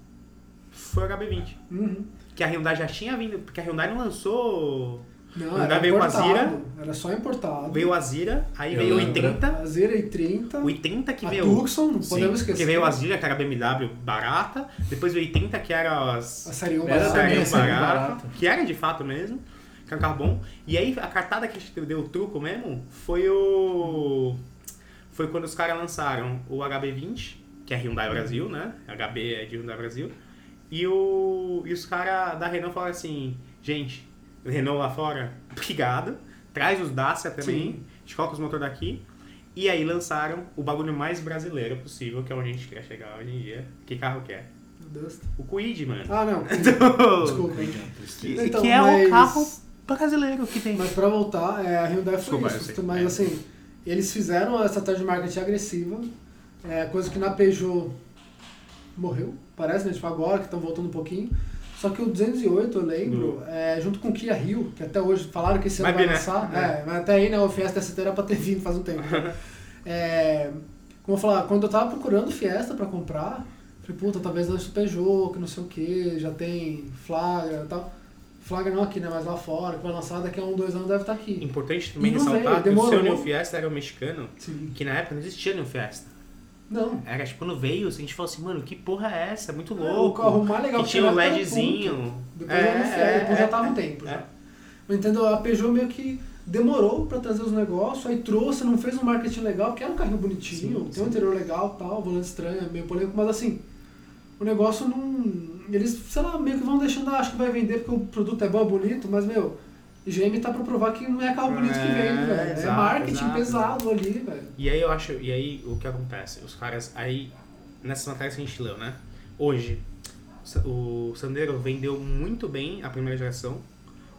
foi o HB20.
Uhum.
Que a Hyundai já tinha vindo, porque a Hyundai não lançou...
Não,
Ainda
era
veio com a
importado.
Zira.
Era só importado.
Veio a Zira, aí
Eu
veio o
lembro.
80.
a Zera e 30.
80 que
a
veio.
Tucson, não
Sim,
podemos esquecer.
Que veio a Zira, que era BMW barata. Depois veio 80, que era
A
as.
série 1
Era
as
também
Ariel
a série
barata,
barata.
Que era de fato mesmo. Que era um carro bom. E aí a cartada que a gente deu o truco mesmo foi o. Foi quando os caras lançaram o HB20, que é Hyundai Brasil, né? HB é de Hyundai Brasil. E, o, e os caras da Renault falaram assim: gente, Renault lá fora, obrigado. Traz os Dacia também, a gente coloca os motores daqui. E aí lançaram o bagulho mais brasileiro possível, que é onde a gente quer chegar hoje em dia. Que carro que é? O Kwid, mano.
Ah, não. Desculpa.
Que,
Então,
que é
mas-
o carro brasileiro que tem.
Mas pra voltar, é, a Hyundai foi
Desculpa, eu
isso.
sei.
Mas
É.
assim, eles fizeram uma estratégia de marketing agressiva, é, coisa que na Peugeot morreu, parece, né? Tipo, agora que estão voltando um pouquinho. Só que o 208, eu lembro, é, junto com o Kia Rio, que até hoje falaram que esse
Vai
ano vai
vir, né?
lançar.
É.
É, mas até aí, né? O Fiesta ST era pra ter vindo faz um tempo. É, como eu falar, quando eu tava procurando Fiesta pra comprar, falei, puta, talvez lance o Peugeot, que não sei o que, já tem Flagra e tal. Flagra não aqui, né? Mas lá fora, que vai lançar daqui a um, dois anos deve estar aqui.
Importante também
E não
ressaltar
veio,
que o seu
demorou.
New Fiesta era um mexicano,
Sim.
que na época não existia New Fiesta.
Não.
Era tipo, quando veio, a gente falou assim, mano, que porra é essa? Muito
É,
louco.
o carro mais legal
que
que
tinha um
tinha na época era o
LEDzinho.
Depois já não sei, depois já tava um tempo
é.
já. Mas entendeu? A Peugeot meio que demorou pra trazer os negócios, aí trouxe, não fez um marketing legal, porque era um carrinho bonitinho,
Sim,
tem
sim.
um interior legal tal, volante estranho, meio polêmico, mas assim, o negócio não. Eles, sei lá, meio que vão deixando, ah, acho que vai vender porque o produto é bom, é bonito, mas meu, GM tá pra provar que não é carro bonito que
É,
vende, velho. É
exato,
marketing
exato.
pesado ali, velho.
E aí eu acho, e aí o que acontece? Os caras, aí, nessas matérias que a gente leu, né? Hoje, o Sandero vendeu muito bem a primeira geração,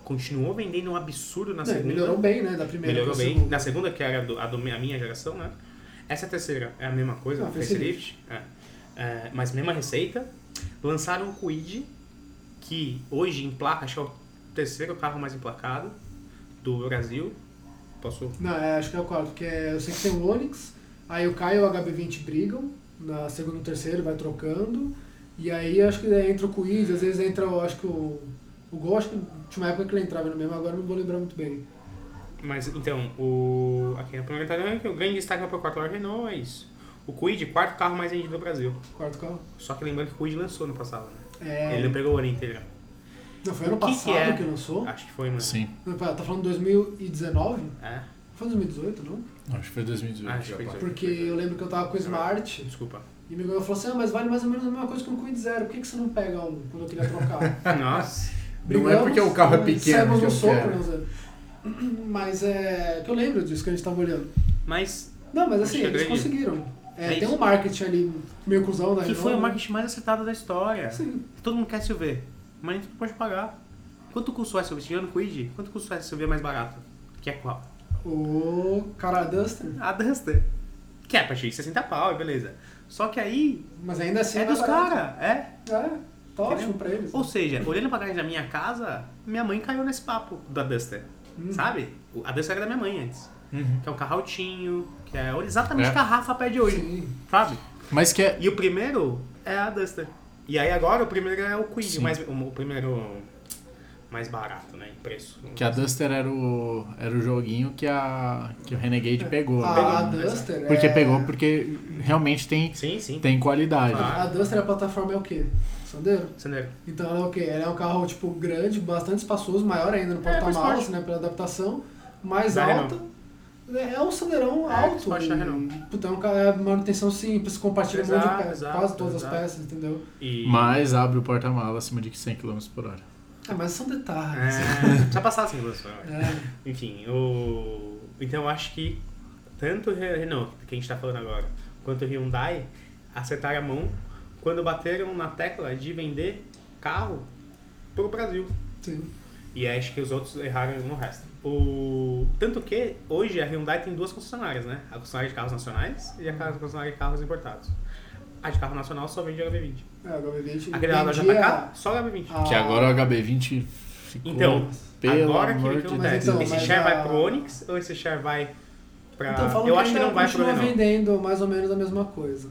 continuou vendendo um absurdo na
Não,
segunda.
É, Melhorou bem, né? Da primeira.
Melhorou
pra
bem.
segunda.
Na segunda, que era do- a, do- a minha geração, né? Essa terceira é a mesma coisa,
Ah,
facelift. É. É, mas mesma receita. Lançaram o Quid, que hoje em placa, acho que é o terceiro carro mais emplacado do Brasil. Posso
Não, é, acho que é o quarto, porque é- eu sei que tem o Onix, aí o Caio e o HB20 brigam, na segunda e terceira vai trocando, e aí acho que é, entra o Quid, às vezes entra, o- acho que o, o Gol, acho que tinha uma época que ele entrava no mesmo, agora eu não vou lembrar muito bem.
Mas então, o... aqui na primeira italiana, que o grande destaque para o quarto lugar Renault é isso. O Kwid, quarto carro mais vendido do Brasil.
Quarto carro?
Só que lembrando que o Kwid lançou no passado, né?
É,
Ele não pegou o ano inteiro.
não, foi ano
O que que
passado que,
é?
lançou.
Acho que foi, mano.
Sim,
Não, pera, tá falando 2019?
É?
Foi 2018, não?
acho que foi 2018.
Acho que foi
já, pá.
2018.
Porque eu lembro que eu tava com o Smart,
Desculpa.
e meu amigo falou assim, ah, mas vale mais ou menos a mesma coisa que um Quid Zero, por que, que você não pega um quando eu queria trocar?
Nossa.
Não é porque o carro é
Brigamos,
pequeno
saímos
que eu
no soco,
quero.
não sei. Mas é. que eu lembro disso que a gente tava olhando.
Mas
Não, mas assim,
Chega
eles
aí.
conseguiram. É,
É
tem
isso.
um marketing ali, meio cuzão da
que
Renault,
foi o
né?
marketing mais acertado da história.
Sim.
Todo mundo quer SUV, mas nem todo mundo pode pagar. Quanto custa o SUV? Tirando o Kwid, quanto custa o SUV mais barato? Que é qual?
O cara Duster.
A Duster. Que é a partir de 60 pau, beleza. Só que aí,
Mas ainda assim.
é
mais
dos
barato.
caras, é?
É, tá ótimo pra eles.
Ou seja, olhando pra trás da minha casa, minha mãe caiu nesse papo da Duster.
Hum.
Sabe? O- A Duster era da minha mãe antes.
Uhum.
Que é um carro altinho, que é exatamente
É.
o que a Rafa pede hoje.
Sim.
Sabe?
Mas que é.
E o primeiro é a Duster. E aí agora o primeiro é o Quid,
Sim.
o mais, o, o primeiro mais barato, né? Em preço.
Que a Duster era o, era o joguinho que, a, que o Renegade pegou.
A,
né?
É. Ah, a Duster.
Porque
é...
pegou, porque realmente tem,
Sim, sim.
tem qualidade.
Claro.
A Duster, a plataforma é o quê? Sandeiro?
Sandero.
Então ela é o quê? Ela é um carro, tipo, grande, bastante espaçoso, maior ainda no
É, mais
porta-malas,
forte.
né? Pela adaptação, mais
Da
alta. É é um sandeirão
É, mais
alto.
forte da
e,
Renault.
Puta, é um carro, é manutenção simples, compartilha um monte de
Exato,
peças,
exato,
quase todas
exato.
as peças, entendeu?
E...
Mas abre o porta-mala acima de 100 km por hora.
Ah, mas são detalhes.
É, precisa passar assim, relação.
É.
Enfim, o... então eu acho que tanto o Renault, que a gente tá falando agora, quanto o Hyundai acertaram a mão quando bateram na tecla de vender carro pro Brasil.
Sim.
E aí acho que os outros erraram no resto. O... Tanto que hoje a Hyundai tem duas concessionárias, né? A concessionária de carros nacionais
Uhum.
e a ca- concessionária de carros importados. A de carro nacional só vende HB20.
É, o HB20.
Aquele lá da
vendia
JK, só HB20.
a-
Que agora o HB20 ficou.
Então,
pelo
agora que,
amor
que
de
acontece?
Deus.
esse
Mas
share
a-
vai pro Onix ou esse share vai pra.
Então, falam
eu acho que
ainda
não vai pro
continua
Renault.
vendendo mais ou menos a mesma coisa.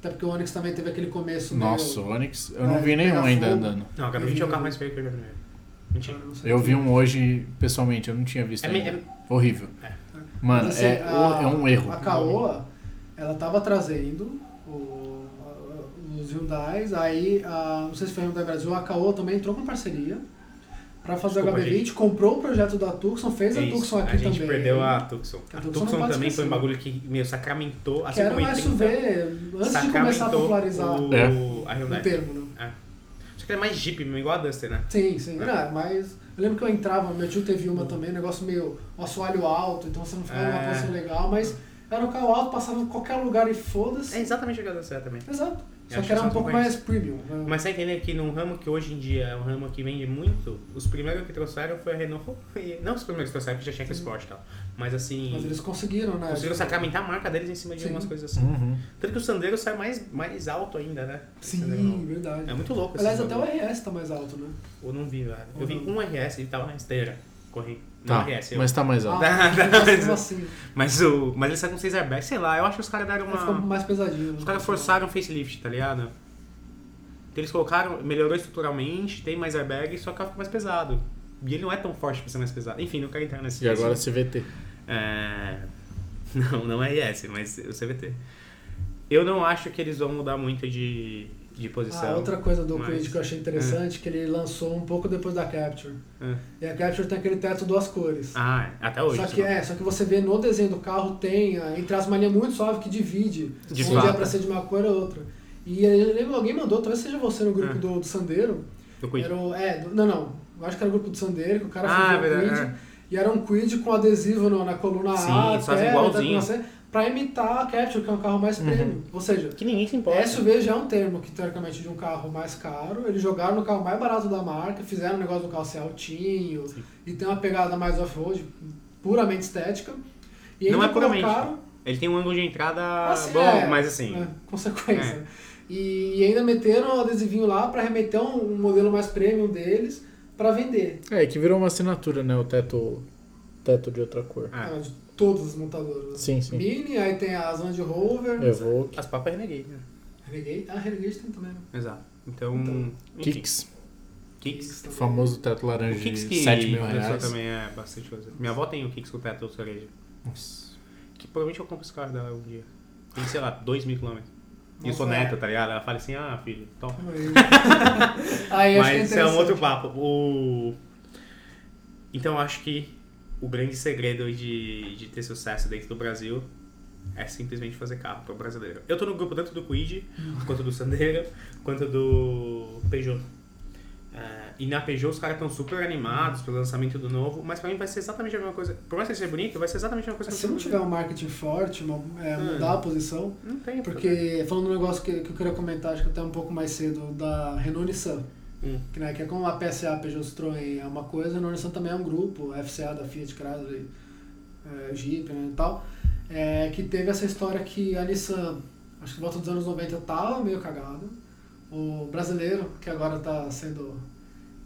Até porque o Onix também teve aquele começo meio-
Nossa, o Onix, eu
É,
não vi nenhum
pegar
ainda
fogo.
andando.
Não, o HB20 é o carro mais feio que eu já vi. Mentira.
não sei
Eu
que-
vi um hoje, pessoalmente, eu não tinha visto
É, me-
ainda.
é-
Horrível.
É.
Mano,
Mas, assim,
é, o- é um erro.
A Caoa, ela tava trazendo o- a- os Hyundais, aí a, não sei se foi a Hyundai Brasil, a Caoa também entrou com parceria pra fazer
Desculpa,
o HB20, comprou o projeto da Tucson, fez
É
a
isso.
Tucson aqui
a gente
também.
perdeu a Tucson.
A
A
Tucson
Tucson
não pode
também foi um
esquecer.
bagulho que, meu, sacramentou assim a
Que era um
180,
SUV, antes de começar a
sacramentou
popularizar o,
É.
o, a Hyundai.
termo, né?
Só que era mais Jeep, mesmo, igual a Duster, né?
Sim, sim. Não, mas eu lembro que eu entrava, meu tio teve uma também, um negócio meio um assoalho alto, então você não ficava numa
É.
posição legal, mas era um carro alto, passava em qualquer lugar e foda-se.
É exatamente o que a Duster era também.
Exato.
Eu
Só
acho
que era
que
um
só
pouco
com
mais premium. Né?
Mas você entender que num ramo que hoje em dia é um ramo que vende muito, os primeiros que trouxeram foi a Renault. e- não os primeiros que trouxeram, porque já tinha com Sport e tal. Mas assim,
Mas eles conseguiram, né?
conseguiram sacramentar a marca deles em cima de
Sim.
algumas coisas assim.
Uhum.
Tanto que o Sandero sai mais, mais alto ainda, né?
Sim,
Esse Renault.
verdade.
É muito louco esse
Aliás, até o
bagulho.
RS tá mais alto, né?
Eu não vi, velho. Eu vi
Ou não.
um RS, ele tava na esteira. Corri.
Tá,
não RS, eu.
mas tá mais alto.
Dá-
Ah,
dá-
mas assim,
Mas, o, mas ele saiu com 6 airbags, sei lá, eu acho que os caras deram
aí ficou
uma.
mais pesadinho. né?
Os caras forçaram o facelift, tá ligado? Então eles colocaram, melhorou estruturalmente, tem mais airbag, só que o carro ficou mais pesado. E ele não é tão forte pra ser mais pesado. Enfim, não quero entrar nesse.
E agora CVT.
É... Não, não é IS, mas o CVT. Eu não acho que eles vão mudar muito de, de posição.
Ah, outra coisa do
mas-
Creed que eu achei interessante, que ele lançou um pouco depois da Capture.
É.
E a Capture tem aquele teto duas cores.
Ah, até hoje.
Só que,
sei lá.
é, só que você vê no desenho do carro tem ah, entre as uma linha muito suave que divide.
De
onde é
fato.
pra ser de uma cor ou outra. E aí eu lembro, alguém mandou, talvez seja você no grupo
É.
do, do Sandeiro.
Do Quid.
Era o, é, do- não, não. Eu acho que era o grupo do Sandeiro, que o cara
Ah,
fazia
é verdade,
um quid. E era um quid com adesivo no- na coluna
Sim,
A,
eles fazem
até,
igualzinho. Uhum.
até com a C, pra imitar a Capture, que é um carro mais premium. Ou seja,
Que ninguém se importa.
SUV já um é um termo que, teoricamente, de um carro mais caro, eles jogaram no carro mais barato da marca, fizeram o negócio do carro ser altinho
Sim.
e tem uma pegada mais off-road, puramente estética. E
Não
ainda
é puramente.
colocaram-
Ele tem um ângulo de entrada
Assim,
bom,
é,
mas assim.
é, consequência. né? E, e ainda meteram o adesivinho lá pra remeter um, um modelo mais premium deles pra vender.
É, que virou uma assinatura, né? O teto, teto de outra cor.
Ah,
Ah, de todas as montadoras. né?
Sim, sim.
Mini, aí tem as Land Rover.
Evoque,
as papas Renegade, né?
Renegade. Ah, Renegade tem também. né?
Exato. Então.
Então,
enfim,
Kicks.
Kicks.
O
também.
famoso teto
O
laranja
Kicks
de
que
7 mil
começou
reais.
também é bastante coisa. Minha avó tem o Kicks com o teto cereja.
Nossa.
Que provavelmente eu compro esse carro dela um dia. Tem, sei lá, 2 mil quilômetros. E eu sou
Nossa,
neto,
é.
tá ligado? Ela fala assim, ah, filho, toma.
Aí acho que
Mas isso é um
interessante.
outro papo. O... Então eu acho que o grande segredo de, de ter sucesso dentro do Brasil é simplesmente fazer carro para o brasileiro. Eu tô no grupo tanto do Quid,
Hum.
quanto do Sandero, quanto do Peugeot. É, e na Peugeot os caras estão super animados pelo lançamento do novo, mas pra mim vai ser exatamente a mesma coisa. Por mais que seja bonito, vai ser exatamente a mesma coisa Hum.
Mas
que
se não
eu
tiver um marketing forte, uma- é, mudar a posição.
Não tem, né?
Porque falando um negócio que, que eu queria comentar, acho que até um pouco mais cedo, da Renault Nissan.
Hum.
Que, né, que é como a PSA, Peugeot Citroën é uma coisa, a Renault Nissan também é um grupo, a FCA da Fiat, Chrysler, é, Jeep né, e tal. é, que teve essa história que a Nissan, acho que volta dos anos 90, tava meio cagada. O brasileiro, que agora tá sendo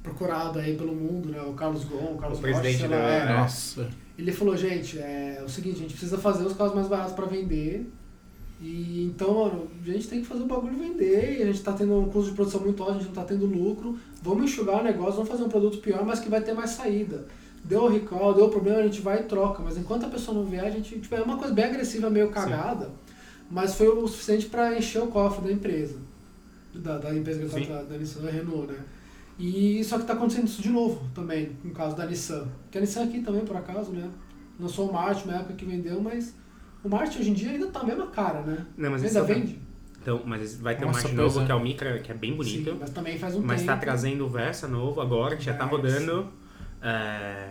procurado aí pelo mundo, né, o Carlos Gon, o Carlos Rocha,
presidente
sei lá,
da-
é,
É.
Nossa.
ele falou, gente, é, o seguinte, a gente precisa fazer os carros mais baratos pra vender. E então, mano, a gente tem que fazer o bagulho vender. E a gente tá tendo um custo de produção muito alto, a gente não tá tendo lucro. Vamos enxugar o negócio, vamos fazer um produto pior, mas que vai ter mais saída. Deu recall, deu problema, a gente vai e troca. Mas enquanto a pessoa não vier, a gente. Tipo, é uma coisa bem agressiva, meio cagada. Mas foi o suficiente pra encher o cofre da empresa. Da, da empresa que eu
Sim.
tava, da Nissan, da Renault, né? E só que tá acontecendo isso de novo também, no caso da Nissan. Que a Nissan aqui também, por acaso, né? Lançou o Marte, uma época que vendeu, mas o Marte hoje em dia ainda tá a mesma cara, né?
Não, mas
ainda
isso tá-
vende.
Então, mas vai ter um
Nossa,
Marte
pois
novo,
é.
que é o Micra, que é bem bonito.
Sim, mas também faz um
Mas
tempo.
tá trazendo o Versa novo agora, que já tá
Versa.
rodando. é,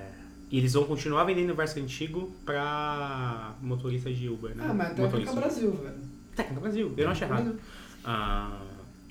E eles vão continuar vendendo o Versa antigo pra motorista de Uber, né?
Ah, mas até fica
motorista.
Brasil, velho.
Técnica Brasil, eu não acho errado. Ah,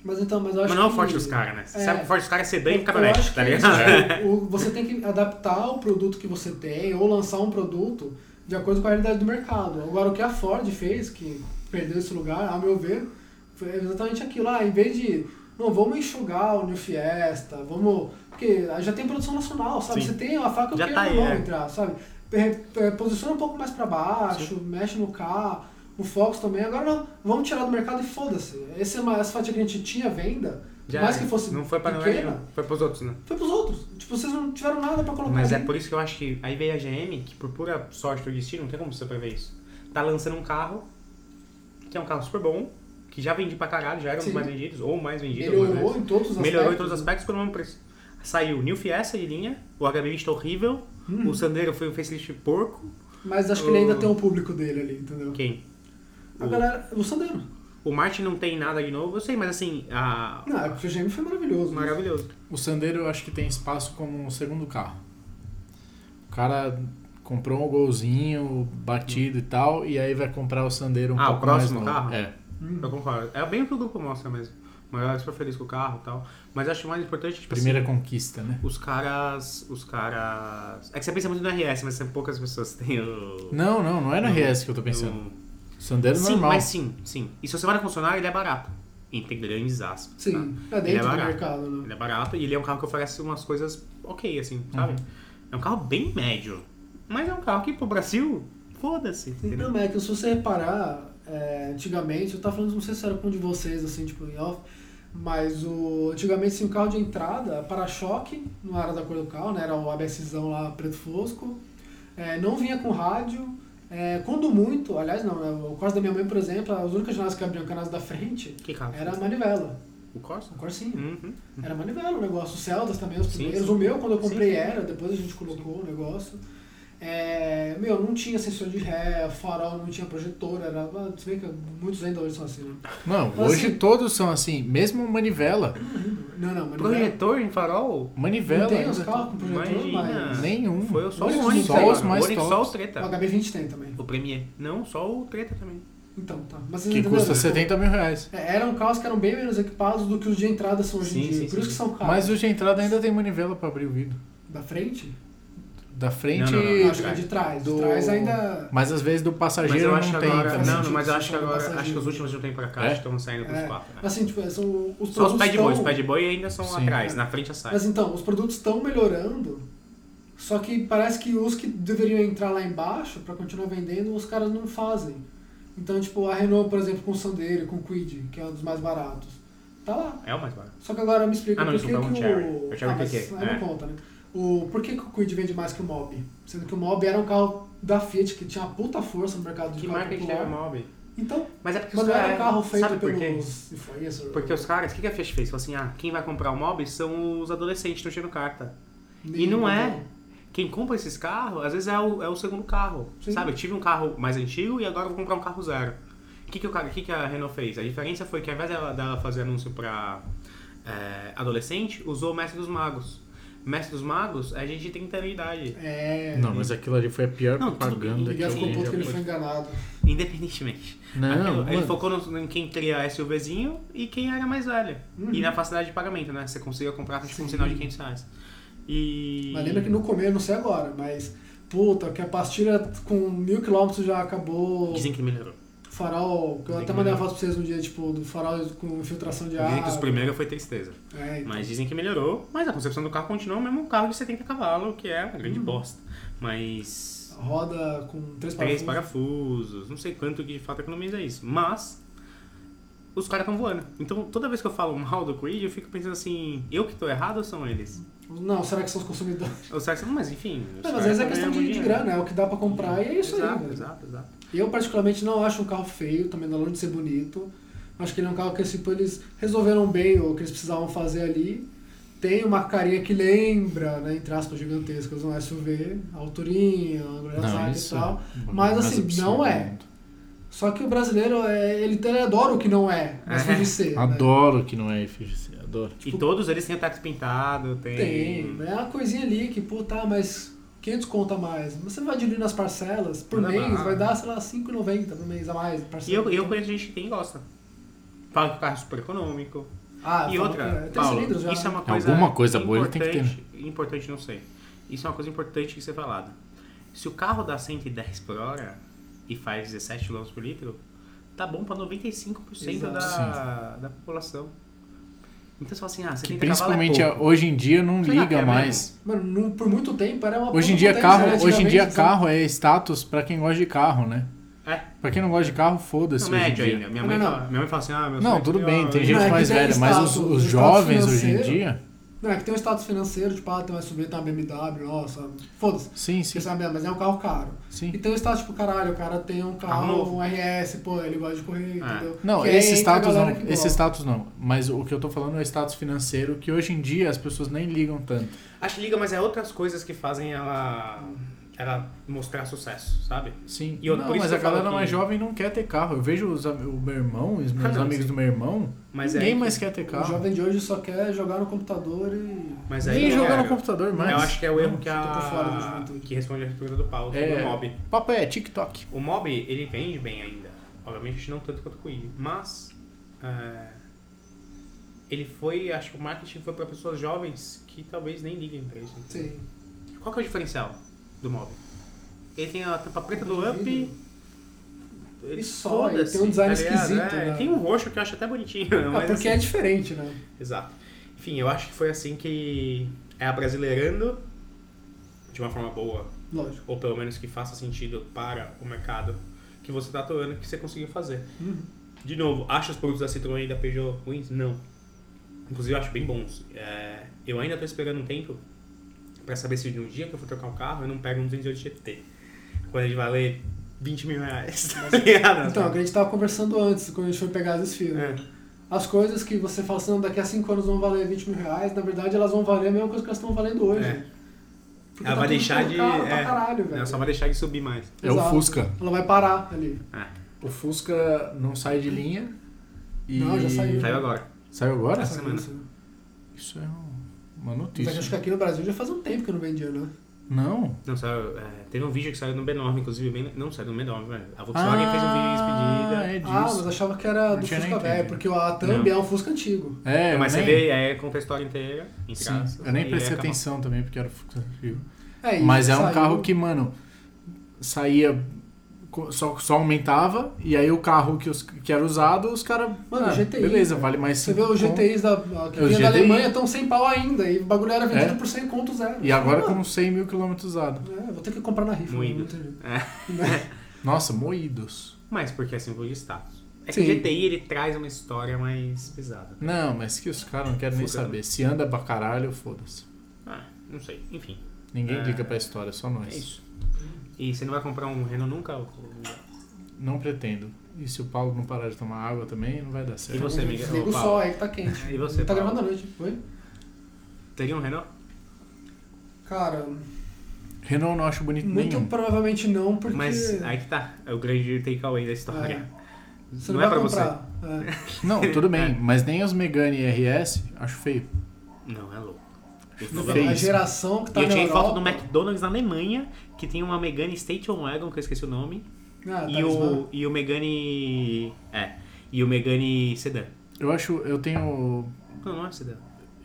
Mas então, mas eu acho
mas não é o
que-
forte dos caras, né? Você
É.
sabe que o forte dos caras é sedã e
Eu
caminhonete,
acho
tá
que é
ligado?
isso. O- Você tem que adaptar o produto que você tem ou lançar um produto de acordo com a realidade do mercado. Agora, o que a Ford fez, que perdeu esse lugar, a meu ver, foi exatamente aquilo. Ah, em vez de, não, vamos enxugar o New Fiesta, vamos... Porque já tem produção nacional, sabe?
Sim.
Você tem a faca
Já
que
tá aí,
não
é.
entrar, sabe? Pe- pe- Posiciona um pouco mais pra baixo, mexe no carro. o Fox também. Agora não, vamos tirar do mercado e foda-se. Esse- é Essa fatia que a gente tinha venda, por mais que fosse
é. Não foi pra nós,
pequena,
não. Foi pros outros, né?
foi pros outros. Tipo, vocês não tiveram nada pra colocar.
Mas é
ali.
por isso que eu acho que aí veio a GM, que por pura sorte do destino, não tem como você prever isso. Tá lançando um carro, que é um carro super bom, que já vendi pra caralho, já era um dos
Sim.
mais vendidos, ou mais vendido. algumas
Melhorou
vezes.
em todos os aspectos.
é
né?
Melhorou em todos os aspectos pelo mesmo preço. Saiu New Fiesta de linha, o HB20 tá horrível,
Hum.
o Sandero foi um facelift porco.
Mas acho que ele ainda
O-
tem um público dele ali, entendeu?
Quem?
A galera, o Sandero.
O Martin não tem nada de novo, eu sei, mas assim, a...
Não, é porque o GM foi maravilhoso. né?
maravilhoso.
O Sandero eu acho que tem espaço como um segundo carro. O cara comprou um golzinho batido e tal, e aí vai comprar o Sandero um
Ah, o
pouco
próximo
mais novo.
carro?
É.
Hum.
Eu concordo. É bem o que o grupo mostra mesmo. Mas eu era super feliz com o carro e tal. Mas eu acho mais importante, tipo assim,
Primeira conquista, né?
Os caras. Os caras. É que você pensa muito no RS, mas são poucas pessoas que têm o.
Não, não, não é na
Não,
RS que eu tô pensando.
o-
Sandero
Sim,
normal.
mas sim, sim. E se você vai na concessionária, ele é barato. Entre grandes aspas.
Sim,
tá?
é
Ele é
dentro do
barato.
mercado, né?
Ele é barato e ele é um carro que oferece umas coisas ok, assim, sabe?
Uhum.
É um carro bem médio. Mas é um carro que pro Brasil, foda-se. entendeu?
Não, mas é que se você reparar, é, antigamente, eu tava falando, não sei se era com um de vocês, assim, tipo, em off, mas o, antigamente, assim, o carro de entrada, para-choque, não era da cor do carro, né, era o ABSzão lá, preto fosco, é, não vinha com rádio, é, quando muito, aliás, não, né, o Corsa da minha mãe, por exemplo, as únicas janelas que abriam canais da frente
Que carro?
era a manivela,
O Corsa?
o Corsinha.
Uhum.
Era manivela o negócio. Os Celtas também, os
Sim,
primeiros.
sim.
O meu, quando eu comprei,
Sim, sim.
era. Depois a gente colocou o negócio. É, meu, não tinha sensor de ré, farol, não tinha projetor. Era, ah, se bem que muitos ainda hoje são assim, né?
Não,
Mas,
hoje
assim-
todos são assim, mesmo manivela.
Não, não, manivela.
é? Projetor em farol?
Não
Manivela.
tem os
ainda.
carros com projetor,
Imagina.
mas...
Nenhum.
Foi só
Onix,
o Onix.
só
aí,
os
mano.
mais
o Onix, só
tops.
o Treta.
O HB20 tem também.
O Premier. Não, só o Treta também.
Então, tá. Mas vocês
Que
entenderam,
custa
né?
70 mil reais.
É, eram carros que eram bem menos equipados do que os de entrada são hoje
Sim,
em dia.
sim,
Por isso
sim.
que são caros.
Mas hoje a entrada ainda tem manivela pra abrir o vidro.
Da frente?
Da frente.
Não, não, não,
Não,
E
acho que é de trás.
do-
De trás ainda...
Mas às vezes do
Mas
passageiro
eu
não
acho que
tem.
agora.
também.
faz
Não,
sentido,
mas eu acho que
faz
agora.
sentido.
Acho que os últimos de um tempo pra cá
É?
estão saindo pros
É,
quatro. né?
assim, tipo, são os
Só os
produtos
pad boy, os
tão-
pad boy ainda são
Sim.
atrás, na frente já sai.
Mas então, os produtos estão melhorando, só que parece que os que deveriam entrar lá embaixo pra continuar vendendo, os caras não fazem. Então, tipo, a Renault, por exemplo, com o Sandero, e com o Quid, que é um dos mais baratos, tá lá.
É o mais barato.
Só que agora me explica
Ah, não,
por
isso
que,
não é um
que
Cherry.
o...
É o Cherry
ah, mas
KK,
aí
é.
não conta, né? O... Por que, que o Quid vende mais que o Mob? Sendo que o Mob era um carro da Fiat, que tinha uma puta força no mercado de
Que
carro
marca que
popular.
é o Mob?
Então,
Mas é porque os
mas não era um
caras.
carro feito
Sabe por quê?
pelos influencers.
Porque os caras, o que que a Fiat fez? Falou assim, ah, quem vai comprar o Mob são os adolescentes que estão tirando carta. E não é. Quem compra esses carros, às vezes é o, é o segundo carro.
Sim.
Sabe? Eu tive um carro mais antigo e agora eu vou comprar um carro zero. O que, que, o cara, que, que a Renault fez? A diferença foi que ao invés dela, dela fazer anúncio pra é, adolescente, usou o Mestre dos Magos. Mestre dos Magos é gente de 30 anos de idade.
É.
Não, mas aquilo ali foi a pior
Não, tudo
propaganda
bem.
que
Miguel
eu
ficou puto que ele
vi.
foi enganado.
Independentemente. Aquilo-
Não,
ele
mano,
focou no, em quem teria SUVzinho e quem era mais velho.
Uhum.
E na facilidade de pagamento, né? Você conseguia comprar com tipo, um
Sim.
sinal de 500 reais. E...
Mas lembra que no começo, não sei agora, mas. Puta, que a pastilha com mil quilômetros já acabou.
Dizem que melhorou.
Farol. que Eu
Dizem
até
que
mandei uma
melhorou.
foto pra vocês um dia, tipo, do farol com infiltração de ar.
Dizem que os primeiros foi tristeza.
É, então.
Mas dizem que melhorou, mas a concepção do carro continua o mesmo carro de 70 cavalos, que é uma grande
Uhum.
bosta. Mas.
Roda com três
Três
parafusos.
parafusos, não sei quanto que de fato economiza isso. Mas. Os caras estão voando. Então toda vez que eu falo mal do Creed, eu fico pensando assim: eu que tô errado ou são eles?
Não, será que são os consumidores?
Os caras são, mas enfim. os
Não, mas
caras
às vezes é
também
questão
ganham
de, de
dinheiro.
grana, é o que dá pra comprar e é isso aí.
exato,
velho.
Exato, exato.
Eu, particularmente, não acho um carro feio, também não longe de ser bonito. Acho que ele é um carro que tipo, eles resolveram bem o que eles precisavam fazer ali. Tem uma carinha que lembra, né, entre aspas, gigantescas, um SUV, a alturinha, a
não,
engraçada e
isso
tal.
é uma
Mas,
coisa
assim,
mais
não
absurda
é.
do mundo.
Só que o brasileiro, é, ele, ele adora o que não é, mas
É.
finge ser. né?
Adoro que não é FGC, adoro.
Tipo,
e todos eles têm ataques pintados, tem.
Tem, é uma coisinha ali que, pô, tá, mas 500 conta a mais. Mas Você vai diluir nas parcelas por
Não dá
mês,
nada.
vai dar, sei lá, 5,90 por mês a mais.
E
Parcela.
eu, eu conheço gente que tem e gosta. Fala que o carro é super econômico. E
ah, fala que
outra,
três
Paulo,
cilindros já,
isso é uma
né?
coisa
Alguma coisa boa ele tem que ter, né?
importante- Importante, não sei. Isso é uma coisa importante de ser falada. Se o carro dá 110 por hora e faz 17 km por litro, tá bom pra 95% da, da população. Então você fala assim, ah, 70
Que
cavalos é
principalmente
pouco.
hoje em dia não
Será que
liga
é
mais.
Mano, não- por muito tempo era uma
Hoje em
puta
dia
potência,
carro,
né?
hoje em dia
Antigamente,
carro é status pra quem gosta de carro, né?
É,
Pra quem não gosta de carro,
não,
foda-se. hoje em
médio
dia.
ainda. Minha
Não,
mãe,
não, não.
Minha mãe fala assim, ah, meu
Não,
sonho é
tudo
ter
bem,
uma-
tem
Não,
gente
é que
mais
tem
velha, mas os,
status,
os
status
jovens hoje em
financeiro.
dia.
Não, é que tem um status financeiro, tipo, ah, tem um SUV, tem uma BMW, nossa, foda-se.
Sim, sim,
Você sabe, mas é um carro caro.
sim.
E tem um status, tipo, caralho, o cara tem um
Carro
carro,
novo.
um RS, pô, ele gosta de correr,
É.
entendeu?
Não,
Que aí
esse
entra a
status
galera
não,
que
esse
gosta.
status não. Mas o que eu tô falando é o status financeiro, que hoje em dia as pessoas nem ligam tanto.
Acho que liga, mas é outras coisas que fazem ela, ela mostrar sucesso, sabe?
Sim.
E eu-
não,
por isso
mas
que
a
eu falo
galera
que-
mais jovem não quer ter carro. Eu vejo os, am- o meu irmão, os meus
Ah, não,
amigos
sim.
do meu irmão,
Mas
ninguém
é,
mais quer ter carro.
O jovem de hoje só quer jogar no computador e.
Mas aí
Nem
eu-
jogar
eu-
no computador mais.
Eu é acho que é o erro
Não,
que
tô por fora da
a
juventude.
que responde a pergunta do Paulo sobre
É.
o mob.
O Papo é TikTok.
O mob ele vende bem ainda, obviamente não tanto quanto o Queen, mas é, ele foi, acho que o marketing foi para pessoas jovens que talvez nem liguem pra isso.
Sim.
Qual que é o diferencial do mob? Ele tem a tampa preta do Up. Ele
E só, ele
foda-se,
tem um design
ligado?
esquisito,
É,
né?
Tem um roxo que eu acho até bonitinho.
Ah,
mas
porque é
assim-
diferente, né?
Exato. Enfim, eu acho que foi assim que é abrasileirando de uma forma boa,
Lógico.
ou pelo menos que faça sentido para o mercado que você está atuando, que você conseguiu fazer. De novo, acho os produtos da Citroën e da Peugeot ruins? Não. Inclusive, eu acho bem bons. É, eu ainda estou esperando um tempo para saber se no dia que eu for trocar um carro, eu não pego um 208 GT. Quando ele valer 20 mil reais. Tá ligado?
Então, o que a gente tava conversando antes, quando a gente foi pegar as esfias.
É.
As coisas que você fala assim, não, daqui a 5 anos vão valer 20 mil reais, na verdade elas vão valer a mesma coisa que elas estão valendo hoje.
É.
Porque tá
Ela vai
tudo
deixar
tão
de-
Caro,
é.
pra caralho, velho.
Ela só vai deixar de subir mais.
É o
Exato.
Fusca.
Ela vai parar ali.
O Fusca não sai de linha. E...
Não, já saiu.
Saiu agora.
Saiu agora?
Essa semana.
Isso.
Isso é um- uma
Mas acho que
notícia.
aqui no Brasil já faz um tempo que não vendia, né?
Não.
Não, saiu, é, teve um vídeo que saiu no B9, inclusive. Bem, não, saiu no B9, velho. A Volkswagen fez um vídeo de
Ah,
despedida.
é disso.
Ah, mas achava que era
Não
do
tinha
Fusca
nem
velho,
entendido.
porque a Thumb
Não.
é um Fusca antigo.
É, eu
Mas você
nem-
vê, é, conta a história inteira. em
Sim,
casa,
eu nem
e
prestei
acabou.
atenção também, porque era Fusca antigo.
É, e
Mas é um
saiu-
carro que, mano, saía. co- Só, só aumentava, e aí o carro que, os, que era usado, os caras.
Mano, GTI,
Beleza,
cara.
vale mais
né? Você vê
cinco
os
conto.
GTIs da, que
É, os
vinha da
GTI.
Alemanha estão sem pau ainda, e o bagulho era vendido
É.
por 100 conto zero.
E agora
Mano,
com 100 mil quilômetros usados.
É, vou ter que comprar na rifa. né?
Moído. É.
não tem jeito.
Nossa, moídos.
Mas porque é símbolo de status. É
Sim.
que o GTI ele traz uma história mais pesada.
Não, mas que os caras não querem nem
Fusca.
saber. Se anda pra caralho, foda-se.
Ah, não sei. Enfim,
Ninguém
É.
liga pra história, só
é
nós.
isso. E você não vai comprar um Renault nunca?
Não pretendo. E se o Paulo não parar de tomar água também, não vai dar certo.
E você, amiga?
Desliga
Ô,
o
Paulo.
sol, é que tá quente.
E você,
Tá
Paulo?
gravando à noite. Oi?
Teria um Renault?
Cara,
Renault não acho bonito
muito
nenhum.
provavelmente não, porque...
Mas aí que tá. É o grande takeaway da história.
você
não
não,
é
vai
pra
comprar. É.
Não, tudo bem. Mas nem os Megane RS, acho feio.
Não, é louco.
Não,
Feio.
A geração que tá
E eu
na
tirei
Europa...
foto do McDonald's na Alemanha, que tem uma Megane Station Wagon, que eu esqueci o nome.
Ah,
e, o, e o Megane. É. E o Megane Sedan.
Eu acho. Eu tenho
Não, não é Sedan.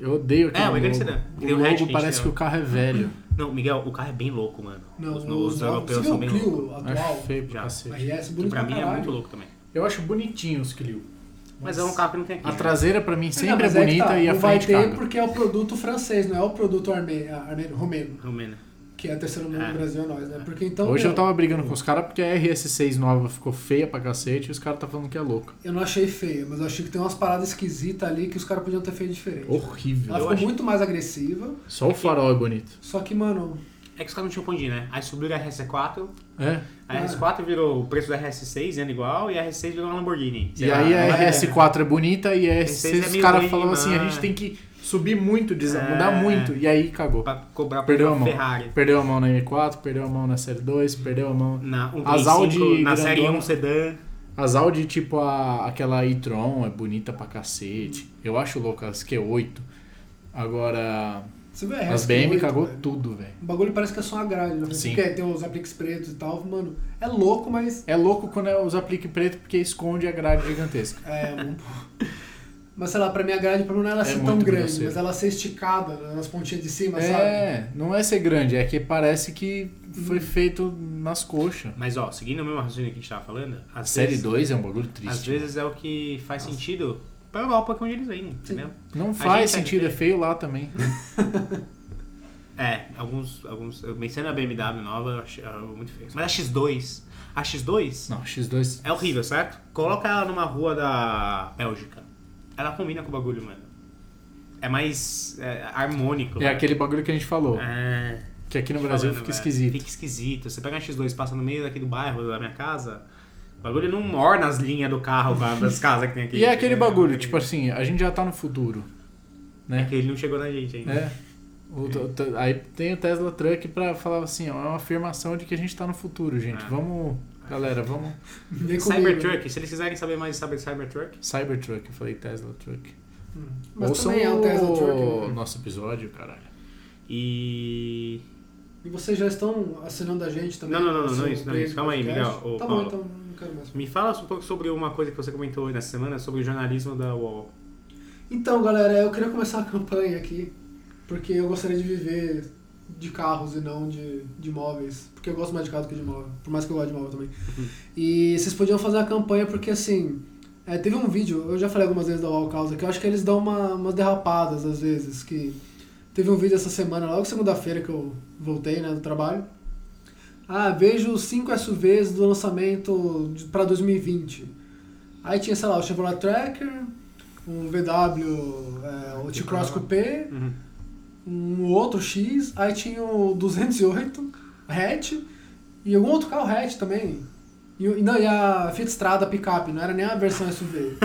Eu odeio aquele
É, o
logo.
Megane Sedan. Tem
O
um hatch
logo
que a
parece
gente
que o carro é velho.
Não, Miguel, o carro é bem louco, mano.
Não,
os,
os, é
os europeus
você
são
viu
bem
o
loucos.
Clio atual?
Acho feio pra
Já.
cacete.
RS,
Que
bonito
pra mim é
caralho.
muito louco também.
Eu acho bonitinho os Clio.
Mas é um carro que não tem aqui.
A traseira pra mim
Não,
sempre é
mas que
bonita
tá,
e a
não vai
frente
ter
caga.
porque é o produto francês, não é o produto arme- armeno, romeno,
Romena.
que é a terceira mundo
É.
do Brasil é nós, né? Porque então
Hoje
meu,
eu tava brigando com os caras porque a RS6 nova ficou feia pra cacete e os caras tá falando que é louca.
eu não achei feia, mas eu achei que tem umas paradas esquisitas ali que os caras podiam ter feito diferente.
Horrível.
Ela
eu
ficou
acho-
muito mais agressiva,
Só o farol é bonito.
só que, mano,
É que os caras não tinham pra onde ir, né? Aí subiu a RS4,
É.
a
Ah.
RS4 virou o preço da RS6, né? Igual, e a RS6 virou uma Lamborghini. Sei
e
lá,
aí
não
a
vai-
RS4 é bonita e a
RS6
RS6
é
os
meio
caras
ruim,
falam assim, a
mas-
gente tem que subir muito, desa-
É.
mudar muito. E aí cagou.
Pra cobrar por
Perdeu a
uma
mão.
Ferrari.
Perdeu a mão na M4, perdeu a mão na série 2, perdeu a mão
Na 135,
As Audi
na série
grandona.
1 Sedan.
As Audi, tipo a, aquela e-tron, é bonita pra cacete. Eu acho louca, as Q8. Agora,
você
É,
vê a
as
RS
BM
muito,
cagou
velho.
tudo, velho.
O bagulho parece que é só uma grade, né?
Sim.
Porque tem os apliques pretos e tal, mano, é louco, mas
É louco quando é os aplique preto porque esconde a grade gigantesca.
É, um- mas sei lá, pra mim a grade, o problema não é ela
É
ser tão
muito
grande,
grosseiro.
mas ela ser esticada né, nas pontinhas de cima, sabe?
é, não é ser grande, é que parece que
Hum.
foi feito nas coxas.
Mas ó, seguindo o mesmo raciocínio que a gente tava falando,
A
às
série
vezes-
2 é um bagulho
Às
triste.
vezes é o que faz sentido pra Europa que é onde eles vêm, entendeu?
Não faz
gente-
sentido, é feio lá também.
É, alguns. alguns eu mencionei a BMW nova, eu achei eu- muito feio. Mas a X2. A X2
Não, X2.
é horrível, certo? Coloca ela numa rua da Bélgica. Ela combina com o bagulho, mano. É mais é, harmônico.
É aquele bagulho que a gente falou,
É.
que aqui no
Tô
Brasil
falando,
fica
velho.
esquisito.
Fica esquisito. Você pega uma X2 e passa no meio daqui do bairro da minha casa, o bagulho não morna as linhas do carro com a- das casas que tem aqui.
E é aquele bagulho, tipo assim, a gente já tá no futuro,
É
né?
que ele não chegou na gente ainda.
É. O t- t- aí tem o Tesla Truck pra falar assim, ó, é uma afirmação de que a gente tá no futuro, gente.
É.
Vamos, galera, vamos...
Vem comigo. né?
né?
Cybertruck, se eles quiserem saber mais sobre Cybertruck,
Cybertruck, eu falei Tesla Truck.
Hum. Mas
Ouçam
também é um Tesla
o
Truck. né?
nosso episódio, caralho.
e.
E vocês já estão assinando a gente também?
Não, não, não, não,
Seu
não, isso, não,
emprego,
isso. Calma aí,
podcast?
Miguel, ô,
Tá
Paulo.
bom, então não quero mais.
Me fala um pouco sobre uma coisa que você comentou hoje nessa semana, sobre o jornalismo da UOL.
Então, galera, eu queria começar uma campanha aqui, porque eu gostaria de viver de carros e não de, de móveis, porque eu gosto mais de carro do que de móvel, por mais que eu goste de móvel também. E vocês podiam fazer uma campanha, porque assim, é, teve um vídeo, eu já falei algumas vezes da Wall Causa, que eu acho que eles dão uma, umas derrapadas às vezes, que teve um vídeo essa semana, logo segunda-feira que eu voltei, né, do trabalho. Ah, vejo os 5 SUVs do lançamento para 2020. Aí tinha, sei lá, o Chevrolet Tracker, um VW, é, o T-Cross Coupé,
Uhum.
um outro X, aí tinha o 208 hatch e algum outro carro hatch também. E, o- e não, e a Fiat Strada picape, não era nem a versão SUV.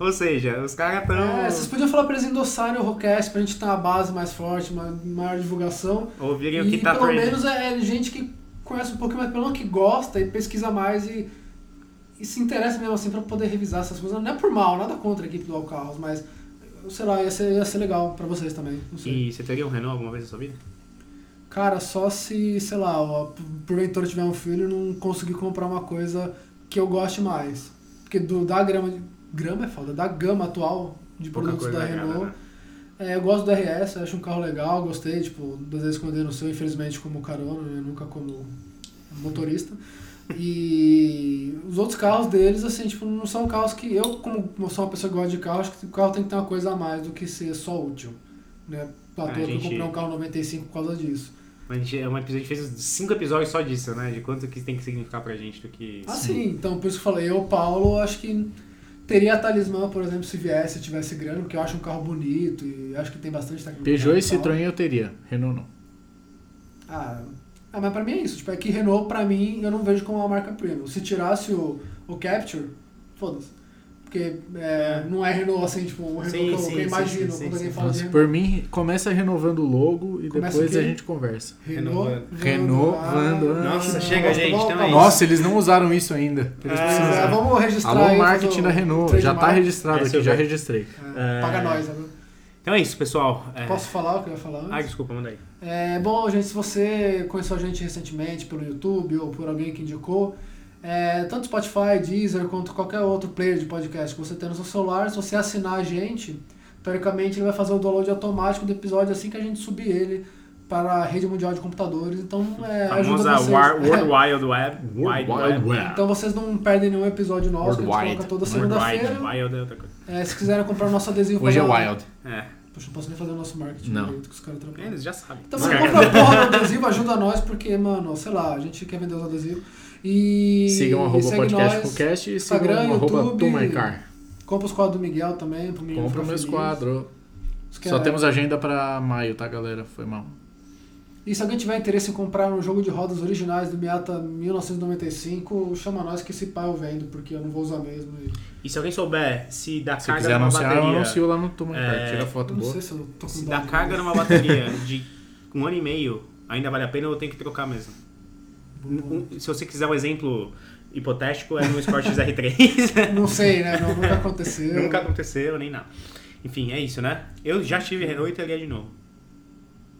Ou seja, os caras
É, vocês
estão.
podiam falar pra eles endossarem o Rockcast pra gente ter uma base mais forte, uma maior divulgação.
ouvirem o
E
que tá
pelo
trending.
menos é, é gente que conhece um pouquinho mais, pelo menos que gosta e pesquisa mais e, e se interessa mesmo assim pra poder revisar essas coisas. Não é por mal, nada contra a equipe do Alcarros, mas sei lá, ia ser, ia ser legal pra vocês também. Não sei.
E você teria um Renault alguma vez na sua vida?
Cara, só se, sei lá, ó, por- porventura tiver um filho e não conseguir comprar uma coisa que eu goste mais. Porque do, da grama. de- Grama é foda, da gama atual de produtos da
agrada,
Renault.
né?
É, eu gosto do RS, acho um carro legal, gostei, tipo, duas vezes quando eu não sei, infelizmente como carona, né, nunca como motorista. E os outros carros deles, assim, tipo, não são carros que eu, como sou uma pessoa que gosta de carro, acho que o carro tem que ter uma coisa a mais do que ser só útil, né? À
Ah,
toa que eu
gente-
comprei um carro 95 por causa disso.
Mas A gente, é um episódio- a gente fez uns cinco episódios só disso, né? De quanto que tem que significar pra gente do que.
Ah, sim, então por isso que eu falei, eu, Paulo, acho que teria a Talismã, por exemplo, se viesse, se tivesse grana, porque eu acho um carro bonito e acho que tem bastante tecnologia.
Peugeot e
tal.
Citroën eu teria, Renault não.
Ah, ah, mas pra mim é isso. Tipo, é que Renault, pra mim, eu não vejo como uma marca premium. Se tirasse o, o Capture, foda-se. Porque é, não é Renault assim, tipo, um Renault
Sim,
que eu,
sim,
que eu
sim,
imagino
sim, sim,
quando alguém
sim.
fala de
Nossa,
Renault.
por mim, começa renovando o logo e
Começa o
depois
quê?
a gente conversa.
Renault,
Renault, Vando- né?
ah,
Nossa,
ah,
chega, gente,
volta,
também. É
volta.
Nossa, eles não usaram isso ainda. Eles
Ah,
precisam
É,
usar.
vamos registrar
Alô,
aí,
marketing
fazer o
da Renault. Já tá
trademark.
registrado
Essa
aqui,
eu
já
vi.
registrei.
É, Paga
É.
nós, né?
Então é isso, pessoal. É...
Posso falar o que eu ia falar antes?
Ah, desculpa, manda aí.
É, bom, gente, se você conheceu a gente recentemente pelo YouTube ou por alguém que indicou, é, tanto Spotify, Deezer, quanto qualquer outro player de podcast que você tem no seu celular, se você assinar a gente, teoricamente ele vai fazer o download automático do episódio assim que a gente subir ele para a rede mundial de computadores. Então, é, ajuda
famosa
vocês.
War- World Wild Web.
World
Wide
Wide Web.
Então vocês não perdem nenhum episódio nosso, que a gente
Worldwide.
coloca toda
World Wide
segunda-feira.
Wild é outra coisa.
É, se quiserem comprar o nosso adesivo
Hoje é
para-
Wild.
É,
Poxa, não posso nem fazer o nosso marketing
Não.
direito, que os caras trabalham.
eles já sabem.
Então você compra a porra do adesivo, ajuda nós, porque, mano, sei lá, a gente quer vender os adesivos. E.
Sigam
e
arroba
segue
podcast
nós.
podcast e
Instagram,
sigam arroba
YouTube.
Tumarcar.
Compra os quadros do Miguel também, pro menino.
Compra
ficar
meus
feliz.
quadros.
Os que
Só
é-
temos agenda pra maio, tá, galera? Foi mal.
E se alguém tiver interesse em comprar um jogo de rodas originais do Miata 1995, chama nós que esse pai eu vendo, porque eu não vou usar mesmo. E...
E se alguém souber se dá
Se
carga
quiser
numa
anunciar, eu
bateria.
anuncio lá no Tumarcar.
É,
Tira foto
Eu não
boa.
sei se eu tô com
Se
dó
dá
de-
carga numa bateria de um ano e meio, ainda vale a pena ou tem que trocar mesmo? Um- um- se você quiser um exemplo hipotético, é no Sport XR3.
Não sei, né? Não, nunca aconteceu.
Nunca aconteceu, nem nada. Enfim, é isso, né? Eu já tive Renault e teria de novo.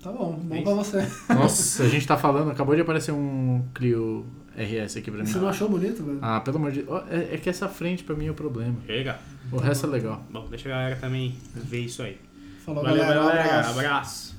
Tá bom, bom
É
pra você.
Nossa, a gente tá falando, acabou de aparecer um Clio RS aqui pra mim.
Você não achou bonito, velho?
Ah, pelo amor de Deus. É, é que essa frente pra mim é o problema.
Chega.
O resto é legal.
Bom, deixa a galera também ver isso aí.
Falou,
Valeu,
galera. um
galera.
abraço.
Abraço.